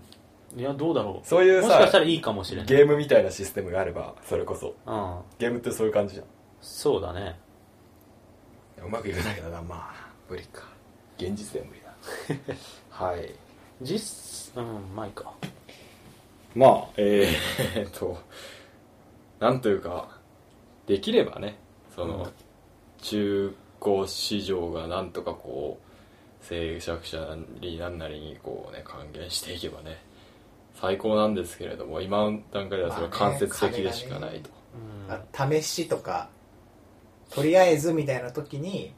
[SPEAKER 2] いやどうだろう
[SPEAKER 1] そういうさ
[SPEAKER 2] もしかしたらいいかもしれない
[SPEAKER 1] ゲームみたいなシステムがあればそれこそ
[SPEAKER 2] うん
[SPEAKER 1] ゲームってそういう感じじゃん
[SPEAKER 2] そうだね
[SPEAKER 1] うまくいかないけどなまあ無理か現実では無理だ はい
[SPEAKER 2] 実うんまあいいか
[SPEAKER 1] まあえー えっとなんというかできればねその、
[SPEAKER 2] うん
[SPEAKER 1] 中古市場がなんとかこう制作者なりなんなりにこうね還元していけばね最高なんですけれども今の段階ではそれは間接的でしかないと、
[SPEAKER 2] うん
[SPEAKER 3] あ試しとかとりあえずみたいな時に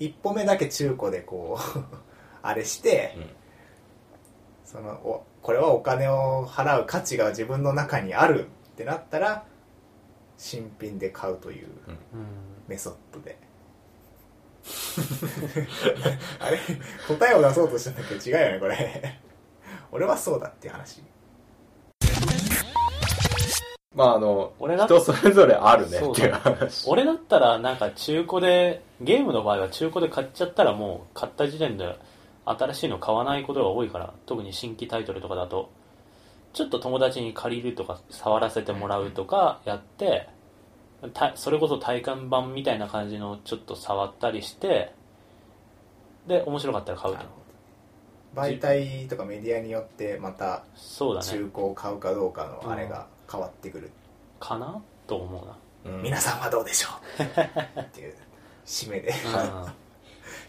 [SPEAKER 3] 一歩目だけ中古でこう あれして
[SPEAKER 1] うん
[SPEAKER 3] そのおこれはお金を払う価値が自分の中にあるってなったら新品で買うという
[SPEAKER 2] うん
[SPEAKER 3] メソッドで あれ答えを出そうとしたんだけど違うよねこれ俺はそうだっていう話
[SPEAKER 1] まああの
[SPEAKER 2] 俺だ
[SPEAKER 1] 人それぞれあるね
[SPEAKER 2] そう
[SPEAKER 1] っ
[SPEAKER 2] だ
[SPEAKER 1] ていう話
[SPEAKER 2] 俺だったらなんか中古でゲームの場合は中古で買っちゃったらもう買った時点で新しいの買わないことが多いから特に新規タイトルとかだとちょっと友達に借りるとか触らせてもらうとかやってたそれこそ体感版みたいな感じのちょっと触ったりしてで面白かったら買うと
[SPEAKER 3] 媒体とかメディアによってまた
[SPEAKER 2] そうだね
[SPEAKER 3] 中古を買うかどうかのあれが変わってくる、
[SPEAKER 2] かなと思うな
[SPEAKER 1] うん
[SPEAKER 3] 皆さんはどうでしょ うっていう締めで、
[SPEAKER 2] まあ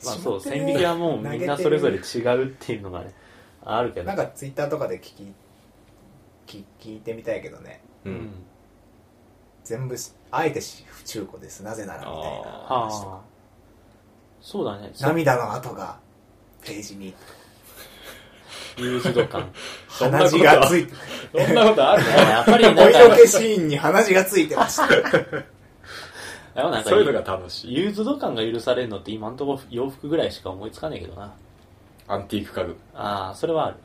[SPEAKER 2] そう
[SPEAKER 3] 締め
[SPEAKER 2] 線
[SPEAKER 3] て
[SPEAKER 2] 引きはもうみんなそれぞれ違うっていうのがねあるけど
[SPEAKER 3] なんかツイッターとかで聞き聞聞いてみたいけどね
[SPEAKER 1] う
[SPEAKER 2] うんん
[SPEAKER 3] 全部しあえてし中古ですなぜならみたいな
[SPEAKER 2] はあそうだね
[SPEAKER 3] 涙の跡がページに
[SPEAKER 2] ユーズ ド感
[SPEAKER 1] そんなこ
[SPEAKER 3] 鼻
[SPEAKER 1] と
[SPEAKER 3] 血がついて
[SPEAKER 1] そん なことあるね
[SPEAKER 2] やっぱり
[SPEAKER 3] お
[SPEAKER 2] な
[SPEAKER 3] 色
[SPEAKER 2] んか
[SPEAKER 3] 気シーンに鼻血がついてました
[SPEAKER 2] やっぱなんか
[SPEAKER 1] そういうのが楽しい
[SPEAKER 2] ユーズド感が許されるのって今んとこ洋服ぐらいしか思いつかねえけどな
[SPEAKER 1] アンティーク家具
[SPEAKER 2] ああそれはある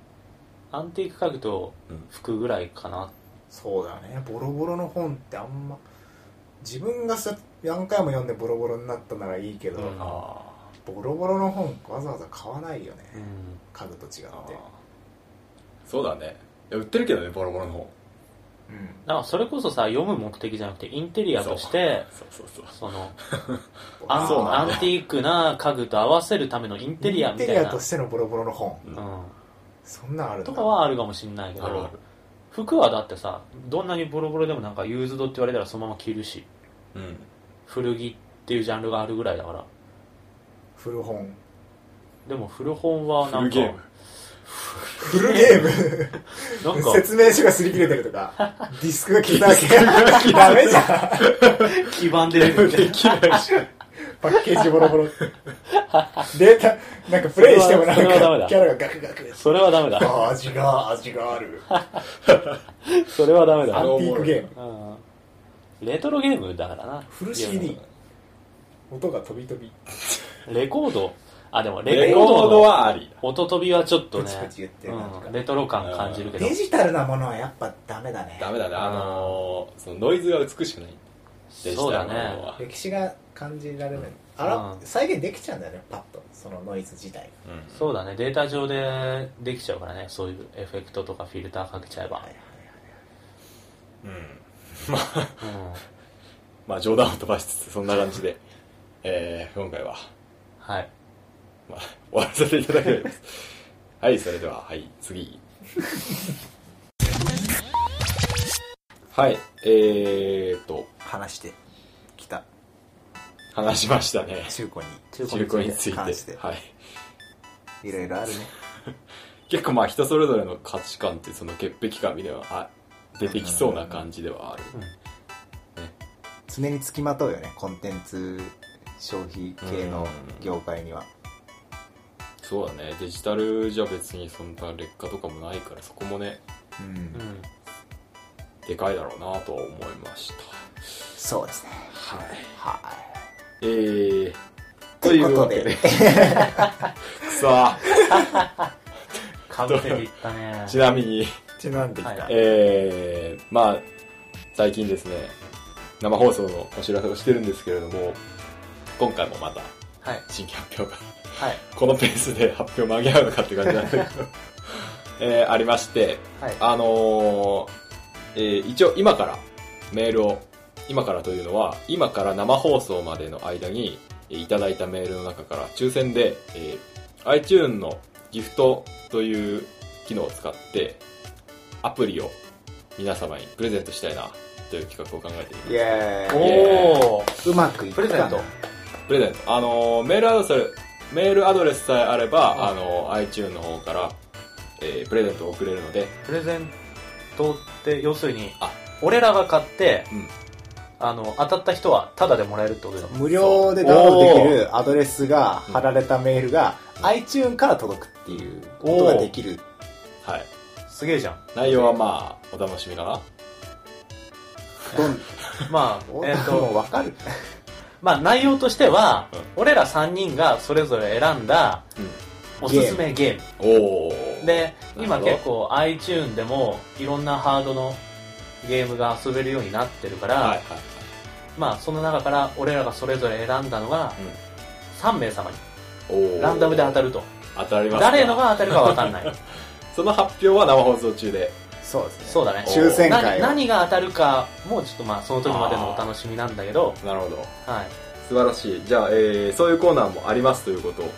[SPEAKER 2] アンティーク家具と
[SPEAKER 1] うん
[SPEAKER 2] 服ぐらいかな、
[SPEAKER 3] そうだねボロボロの本ってあんま自分がさ何回も読んでボロボロになったならいいけど、
[SPEAKER 2] うん
[SPEAKER 1] あ
[SPEAKER 3] ボロボロの本わざわざ買わないよね、
[SPEAKER 2] うん、
[SPEAKER 3] 家具と違
[SPEAKER 1] あ
[SPEAKER 3] って
[SPEAKER 1] そうだねいや売ってるけどねボロボロの方
[SPEAKER 3] うん
[SPEAKER 2] だからそれこそさ読む目的じゃなくてインテリアとして
[SPEAKER 1] そうそうそうそう
[SPEAKER 2] その
[SPEAKER 1] あ
[SPEAKER 2] アン
[SPEAKER 1] そうなん
[SPEAKER 2] アン
[SPEAKER 1] だ
[SPEAKER 2] ティークな家具と合わせるためのインテリアみたい
[SPEAKER 3] インテリ
[SPEAKER 2] な
[SPEAKER 3] アとしてのボロボロの本
[SPEAKER 1] うん
[SPEAKER 2] う
[SPEAKER 3] そんなんあるん
[SPEAKER 2] ん、
[SPEAKER 3] だ
[SPEAKER 2] とかはあるかもしんないけ
[SPEAKER 1] あるあ
[SPEAKER 2] ど
[SPEAKER 1] る
[SPEAKER 2] 服はだってさどんなにボロボロでもなんかユーズドって言われたらそのまま着るし
[SPEAKER 1] うん
[SPEAKER 2] 古着っていうジャンルがあるぐらいだから
[SPEAKER 3] 古本
[SPEAKER 2] でも古本は
[SPEAKER 1] フル
[SPEAKER 2] なんか
[SPEAKER 1] ゲーム
[SPEAKER 3] 古ゲーム
[SPEAKER 2] なんか
[SPEAKER 3] 説明書が擦り切れてるとか ディスクが切れたわけダメじゃん
[SPEAKER 2] 基盤で出てくる
[SPEAKER 1] できないし
[SPEAKER 3] パッケージボロボロデータなんかプレイしてもなん
[SPEAKER 2] それはそれはダメ
[SPEAKER 3] か
[SPEAKER 2] だ
[SPEAKER 3] キャラがガクガク
[SPEAKER 2] それはダメだ
[SPEAKER 3] あー味が味があるアン
[SPEAKER 2] それはダメ
[SPEAKER 3] テ
[SPEAKER 2] だ、
[SPEAKER 1] の
[SPEAKER 3] ィークゲーム
[SPEAKER 2] うん、レトロゲームだからな
[SPEAKER 3] フル
[SPEAKER 2] いや
[SPEAKER 3] CD 音が飛び飛び
[SPEAKER 2] レコードあでもレ
[SPEAKER 1] レ
[SPEAKER 2] コー
[SPEAKER 1] コード
[SPEAKER 2] ドの
[SPEAKER 1] はあり
[SPEAKER 2] 音飛びはちょっと
[SPEAKER 3] プ
[SPEAKER 2] ね
[SPEAKER 3] チプチ言ってる感じ
[SPEAKER 2] うん、
[SPEAKER 3] が
[SPEAKER 2] レトロ感感じるけど
[SPEAKER 3] デジタルなものはやっぱダメだね
[SPEAKER 1] ダメだねあのーそのノイズが美しくないデジタ
[SPEAKER 2] そうだ
[SPEAKER 1] ルの
[SPEAKER 2] ね
[SPEAKER 1] 方は
[SPEAKER 3] 歴史が感じられ
[SPEAKER 1] う
[SPEAKER 3] ない、
[SPEAKER 1] ん
[SPEAKER 3] あら
[SPEAKER 2] うん
[SPEAKER 3] 再現できちゃうんだよねパッとそのノイズ自体
[SPEAKER 1] うん
[SPEAKER 2] そうだねデータ上でできちゃうからねそういうエフェクトとかフィルターかけちゃえば、
[SPEAKER 1] うんまあ
[SPEAKER 2] うん、
[SPEAKER 1] まあ冗談を飛ばしつつそんな感じで えー今回は
[SPEAKER 2] はい
[SPEAKER 1] まあ終わらせていただきたいです はいそれでははい次 はいえーっと
[SPEAKER 3] 話してきた
[SPEAKER 1] 話しましたね
[SPEAKER 3] 中古
[SPEAKER 2] 中
[SPEAKER 1] 中古につい
[SPEAKER 3] 関して
[SPEAKER 1] てはい
[SPEAKER 3] にいろいろあるね
[SPEAKER 1] 結構まあ人それぞれの価値観ってその潔癖感みたいなのがあ出てきそうな感じではある、
[SPEAKER 3] 常につきまとうよねコンテンツ消費系の業界には
[SPEAKER 1] そうだねデジタルじゃ別にそんな劣化とかもないからそこもね
[SPEAKER 3] うん、
[SPEAKER 2] うん、うん
[SPEAKER 1] でかいだろうなとは思いました
[SPEAKER 3] そうですね
[SPEAKER 1] はい
[SPEAKER 3] はい
[SPEAKER 1] えー、
[SPEAKER 3] ということで
[SPEAKER 1] というわけで くそー
[SPEAKER 2] かぶせていったね
[SPEAKER 1] ちなみに
[SPEAKER 3] ちなんで
[SPEAKER 2] きたはい
[SPEAKER 1] えー、まあ最近ですね生放送のお知らせをしてるんですけれども今回もまた
[SPEAKER 2] はい
[SPEAKER 1] 新規発表が
[SPEAKER 2] はい
[SPEAKER 1] このペースで発表間に合うのかって感じなんだ けど、えーありまして、
[SPEAKER 2] はい
[SPEAKER 1] あのーえー一応今からメールを、今からというのは、今から生放送までの間にえーいただいたメールの中から抽選で、えー iTune のギフトという機能を使ってアプリを皆様にプレゼントしたいなという企画を考えています
[SPEAKER 3] イエ
[SPEAKER 1] お
[SPEAKER 3] ー
[SPEAKER 1] お
[SPEAKER 3] イうまくい
[SPEAKER 2] プレゼント
[SPEAKER 1] プレゼントあのーメールアドレスメールアドレスさえあれば、あのー iTune の方から、えープレゼントを送れるので
[SPEAKER 2] プレゼントって要するに
[SPEAKER 1] あ
[SPEAKER 2] 俺らが買って、
[SPEAKER 1] うん
[SPEAKER 2] あの当たった人はタダでもらえるってことだ
[SPEAKER 3] 無料でダウンロードできるアドレスが貼られたメールが iTune から届くっていうことができる
[SPEAKER 1] はい
[SPEAKER 2] すげえじゃん
[SPEAKER 1] 内容はまあお楽しみかな
[SPEAKER 3] どん
[SPEAKER 2] まあえっ、
[SPEAKER 3] もう
[SPEAKER 2] と
[SPEAKER 3] わかる
[SPEAKER 2] まあ内容としては、
[SPEAKER 1] うん
[SPEAKER 2] 俺ら3人がそれぞれ選んだおすすめゲーム
[SPEAKER 1] おお
[SPEAKER 2] で
[SPEAKER 1] な
[SPEAKER 2] 今
[SPEAKER 1] るほど
[SPEAKER 2] 結構 iTune でもいろんなハードのゲームが遊べるようになってるから、
[SPEAKER 1] はいはいはい
[SPEAKER 2] まあその中から俺らがそれぞれ選んだのが
[SPEAKER 1] うん
[SPEAKER 2] 3名様に
[SPEAKER 1] おー
[SPEAKER 2] ランダムで当たると
[SPEAKER 1] 当たりますか
[SPEAKER 2] 誰のが当たるか分か んない
[SPEAKER 1] その発表は生放送中で
[SPEAKER 3] そうですね
[SPEAKER 2] そうだね
[SPEAKER 3] 抽選
[SPEAKER 2] 何
[SPEAKER 3] 会を
[SPEAKER 2] 何が当たるかもちょっとまあその時までのお楽しみなんだけど、
[SPEAKER 1] なるほど
[SPEAKER 2] はい、
[SPEAKER 1] 素晴らしいじゃあ、えーそういうコーナーもありますということを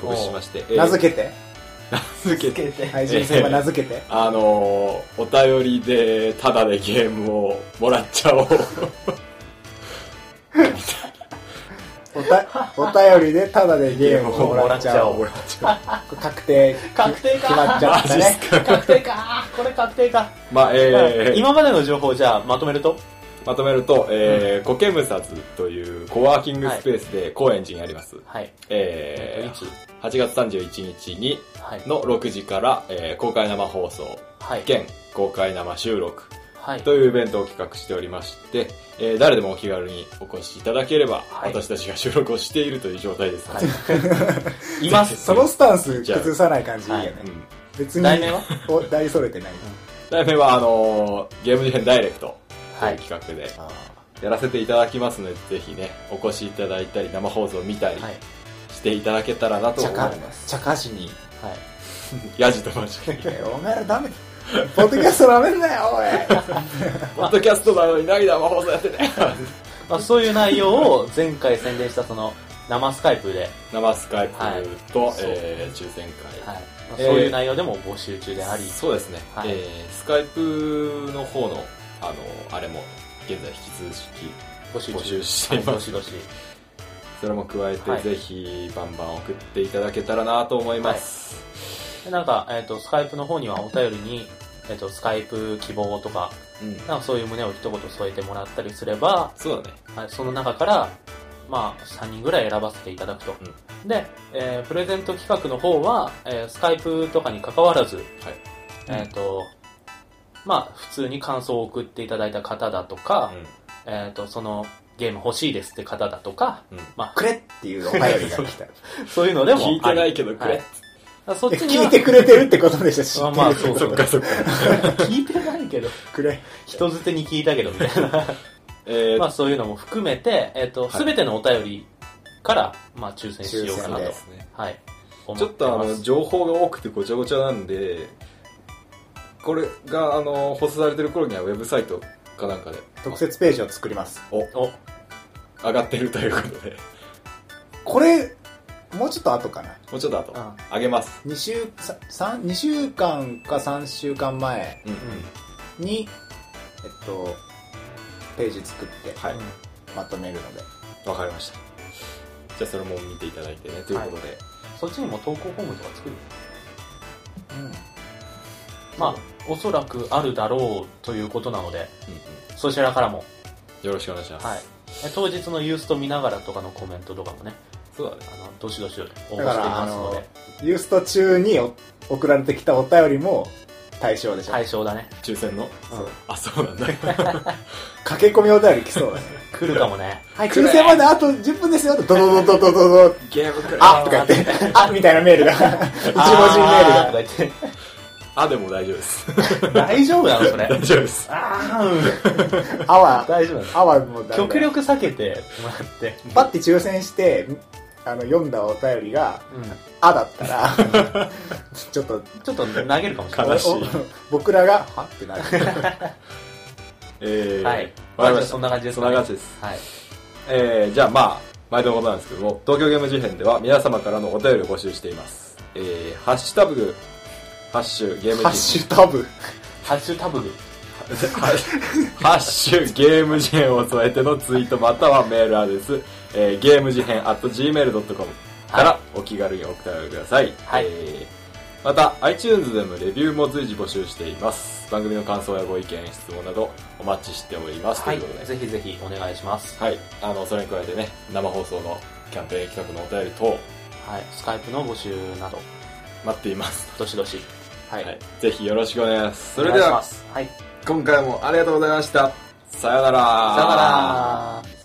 [SPEAKER 1] 告知しまして、えー
[SPEAKER 3] 名付けて
[SPEAKER 1] 名付けて
[SPEAKER 2] て
[SPEAKER 3] iTune さんは名付け て
[SPEAKER 1] あのーお便りでタダでゲームを もらっちゃおう
[SPEAKER 3] おたお便りでタダでゲームをもらっちゃお
[SPEAKER 1] も
[SPEAKER 3] う
[SPEAKER 1] らっちゃ
[SPEAKER 3] 確定
[SPEAKER 2] 確定か
[SPEAKER 3] 決まっちゃ
[SPEAKER 1] マ
[SPEAKER 3] った
[SPEAKER 1] ジ
[SPEAKER 3] ね
[SPEAKER 1] っす
[SPEAKER 2] 確定かこれ確定か、
[SPEAKER 1] おうまあえー
[SPEAKER 2] 今までの情報をじゃあまとめると
[SPEAKER 1] まとめると、えー、コケムサツというコワーキングスペースで高円寺にあります、
[SPEAKER 2] はい、
[SPEAKER 1] えー
[SPEAKER 2] いつ
[SPEAKER 1] 8月31日に
[SPEAKER 2] はい
[SPEAKER 1] の6時から、えー公開生放送
[SPEAKER 2] はい
[SPEAKER 1] 兼公開生収録
[SPEAKER 2] はい
[SPEAKER 1] というイベントを企画しておりまして、えー誰でもお気軽にお越しいただければ、
[SPEAKER 2] はい
[SPEAKER 1] 私たちが収録をしているという状態ですの
[SPEAKER 2] は
[SPEAKER 1] で、
[SPEAKER 2] いいます
[SPEAKER 3] そのスタンス崩さない感じいいよね
[SPEAKER 1] うん
[SPEAKER 3] 別に
[SPEAKER 2] 題名は
[SPEAKER 3] お題揃えてない
[SPEAKER 1] 題名はあのーゲーム事変ダイレクトと
[SPEAKER 2] はい
[SPEAKER 1] いう企画でやらせていただきますので、ぜひね、お越しいただいたり、生放送を見たり
[SPEAKER 2] はい
[SPEAKER 1] していただけたらなと
[SPEAKER 3] ち
[SPEAKER 1] 思
[SPEAKER 3] ゃ
[SPEAKER 1] い
[SPEAKER 3] か
[SPEAKER 1] ます。
[SPEAKER 3] ちゃかし に
[SPEAKER 2] はい
[SPEAKER 1] ヤジとマジで。
[SPEAKER 3] いやお前らダメポッドキャストダメんだよおい
[SPEAKER 1] ポッドキャストなのに何生放送やってね。
[SPEAKER 2] まあ、そういう内容を前回宣伝したその生スカイプで、
[SPEAKER 1] 生スカイプと、
[SPEAKER 2] はい
[SPEAKER 1] えー抽選会。
[SPEAKER 2] はいまあ
[SPEAKER 1] えー
[SPEAKER 2] そういう内容でも募集中であり、
[SPEAKER 1] そうですね、
[SPEAKER 2] はい
[SPEAKER 1] えースカイプの方のあのあれも現在引き続き
[SPEAKER 2] 募集中
[SPEAKER 1] 募集しています
[SPEAKER 2] はいどしどし
[SPEAKER 1] それも加えて、
[SPEAKER 2] はい
[SPEAKER 1] ぜひバンバン送っていただけたらなと思います、
[SPEAKER 2] でなんか、えっとスカイプの方にはお便りに、えっとスカイプ希望とか
[SPEAKER 1] うん、
[SPEAKER 2] なんかそういう胸を一言添えてもらったりすれば、
[SPEAKER 1] そうだね
[SPEAKER 2] はい、その中から、まあ、3人ぐらい選ばせていただくと、で、えープレゼント企画の方は、えースカイプとかに関わらず、
[SPEAKER 1] はい
[SPEAKER 2] えっ、と、まあ、普通に感想を送っていただいた方だとか、えっ、と、そのゲーム欲しいですって方だとか、
[SPEAKER 1] うん
[SPEAKER 2] ま
[SPEAKER 3] くれっていうお便りが来た
[SPEAKER 2] あ、 そういうのでもあり。
[SPEAKER 1] 聞いてないけど
[SPEAKER 2] はい
[SPEAKER 1] くれ、
[SPEAKER 2] あそっち には
[SPEAKER 3] 聞いてくれてるってことでしょ
[SPEAKER 2] あまあ
[SPEAKER 3] 知ってる
[SPEAKER 2] そ
[SPEAKER 1] そっかそ っか
[SPEAKER 2] 聞いてないけど、
[SPEAKER 3] くれ
[SPEAKER 2] 人づてに聞いたけど、みたい な。
[SPEAKER 1] えー
[SPEAKER 2] まあ、そういうのも含めて、えっ、と、
[SPEAKER 1] はい
[SPEAKER 2] すべてのお便りから、まあ、抽選しようかな
[SPEAKER 1] そう
[SPEAKER 2] と
[SPEAKER 1] で。すね
[SPEAKER 2] はい。
[SPEAKER 1] ちょっとあ
[SPEAKER 2] 思てま
[SPEAKER 1] の
[SPEAKER 2] す
[SPEAKER 1] 情報が多くてごちゃごちゃなんでこれがあの放送されてる頃にはウェブサイトかなんかで
[SPEAKER 3] 特設ページを作ります
[SPEAKER 1] お
[SPEAKER 2] お、
[SPEAKER 1] 上がってるということで
[SPEAKER 3] これもうちょっと後かな
[SPEAKER 1] もうちょっと後
[SPEAKER 2] あ
[SPEAKER 1] 上げます
[SPEAKER 3] 2週さ三二週間か3週間前
[SPEAKER 1] うん、
[SPEAKER 3] にえっとページ作って
[SPEAKER 1] はい、
[SPEAKER 2] うん
[SPEAKER 3] まとめるので
[SPEAKER 1] わかりました。じゃあそれも見ていただいてね、ということで。
[SPEAKER 2] そっちにも投稿フォームとか作る
[SPEAKER 3] うん
[SPEAKER 2] まあ、おそらくあるだろうということなので、
[SPEAKER 1] うんうん
[SPEAKER 2] そちらからも、
[SPEAKER 1] よろしくお願いします。
[SPEAKER 2] はい。え当日のユースト見ながらとかのコメントとかもね、
[SPEAKER 1] そうだね。
[SPEAKER 2] あの、どしどし応募してい
[SPEAKER 3] だから
[SPEAKER 2] ますの
[SPEAKER 3] あ
[SPEAKER 2] で
[SPEAKER 3] の、ユースト中にお送られてきたお便りも対象でしょ、
[SPEAKER 2] 対象だね。
[SPEAKER 1] 抽選の
[SPEAKER 2] うん
[SPEAKER 1] あ、そう なんだ。
[SPEAKER 3] 駆け込みお便り来そうだね
[SPEAKER 2] 来るかも ね。
[SPEAKER 3] はい抽選まであと10分ですよとドドドドドドド
[SPEAKER 1] ゲームくれ
[SPEAKER 3] あとか言ってあみたいなメールが一文字メ
[SPEAKER 2] あー
[SPEAKER 3] ールが
[SPEAKER 2] とか言っ
[SPEAKER 1] あ、でも大丈夫です。
[SPEAKER 2] て。大丈夫なのそ れ
[SPEAKER 1] 大。丈夫です。
[SPEAKER 2] あー
[SPEAKER 3] あわ
[SPEAKER 2] 大丈夫なの
[SPEAKER 3] あわもうダメ だ
[SPEAKER 2] 極力避けてもらって。
[SPEAKER 3] パッて抽選してあの読んだお便りが
[SPEAKER 2] うん。
[SPEAKER 3] 「あ」だったら ちょっと
[SPEAKER 2] ちょっと投げるかもしれな
[SPEAKER 1] 悲
[SPEAKER 2] い。
[SPEAKER 1] しい
[SPEAKER 3] おお僕らが「は?」ってな る
[SPEAKER 1] えー、
[SPEAKER 2] は
[SPEAKER 1] わか
[SPEAKER 2] い。
[SPEAKER 1] りま
[SPEAKER 2] まあ
[SPEAKER 1] した。
[SPEAKER 2] そんな感じです
[SPEAKER 1] そん
[SPEAKER 2] か
[SPEAKER 1] な
[SPEAKER 2] ね
[SPEAKER 1] 感じです。
[SPEAKER 2] はい。
[SPEAKER 1] えー、じゃあまあ、毎度のことなんですけども、東京ゲーム事変では皆様からのお便りを募集しています。えー、ハッシュタグ、ハッシュゲーム事変。
[SPEAKER 3] ハッシュタブ。
[SPEAKER 2] ハッシュタブ
[SPEAKER 1] ハッシュゲーム事変を添えてのツイートまたはメールアドレス、えーゲーム事変 at gmail.com からお気軽にお送りください。
[SPEAKER 2] はい
[SPEAKER 1] えーまた、iTunes でのレビューも随時募集しています。番組の感想やご意見、質問などお待ちしております。
[SPEAKER 2] はい
[SPEAKER 1] ということ、で、
[SPEAKER 2] ぜひぜひお願いします。
[SPEAKER 1] はい。あの、それに加えてね、生放送のキャンペーン企画のお便り等
[SPEAKER 2] はい、スカイプの募集など、
[SPEAKER 1] 待っています。
[SPEAKER 2] どしどし。
[SPEAKER 3] は
[SPEAKER 1] はい
[SPEAKER 3] い。。
[SPEAKER 1] ぜひよろしくお願いします。そ
[SPEAKER 2] お
[SPEAKER 1] れ
[SPEAKER 2] 願い
[SPEAKER 1] で
[SPEAKER 2] しま
[SPEAKER 1] は、
[SPEAKER 2] す。はい、
[SPEAKER 1] 今回もありがとうございました。さよなら。
[SPEAKER 2] さよなら。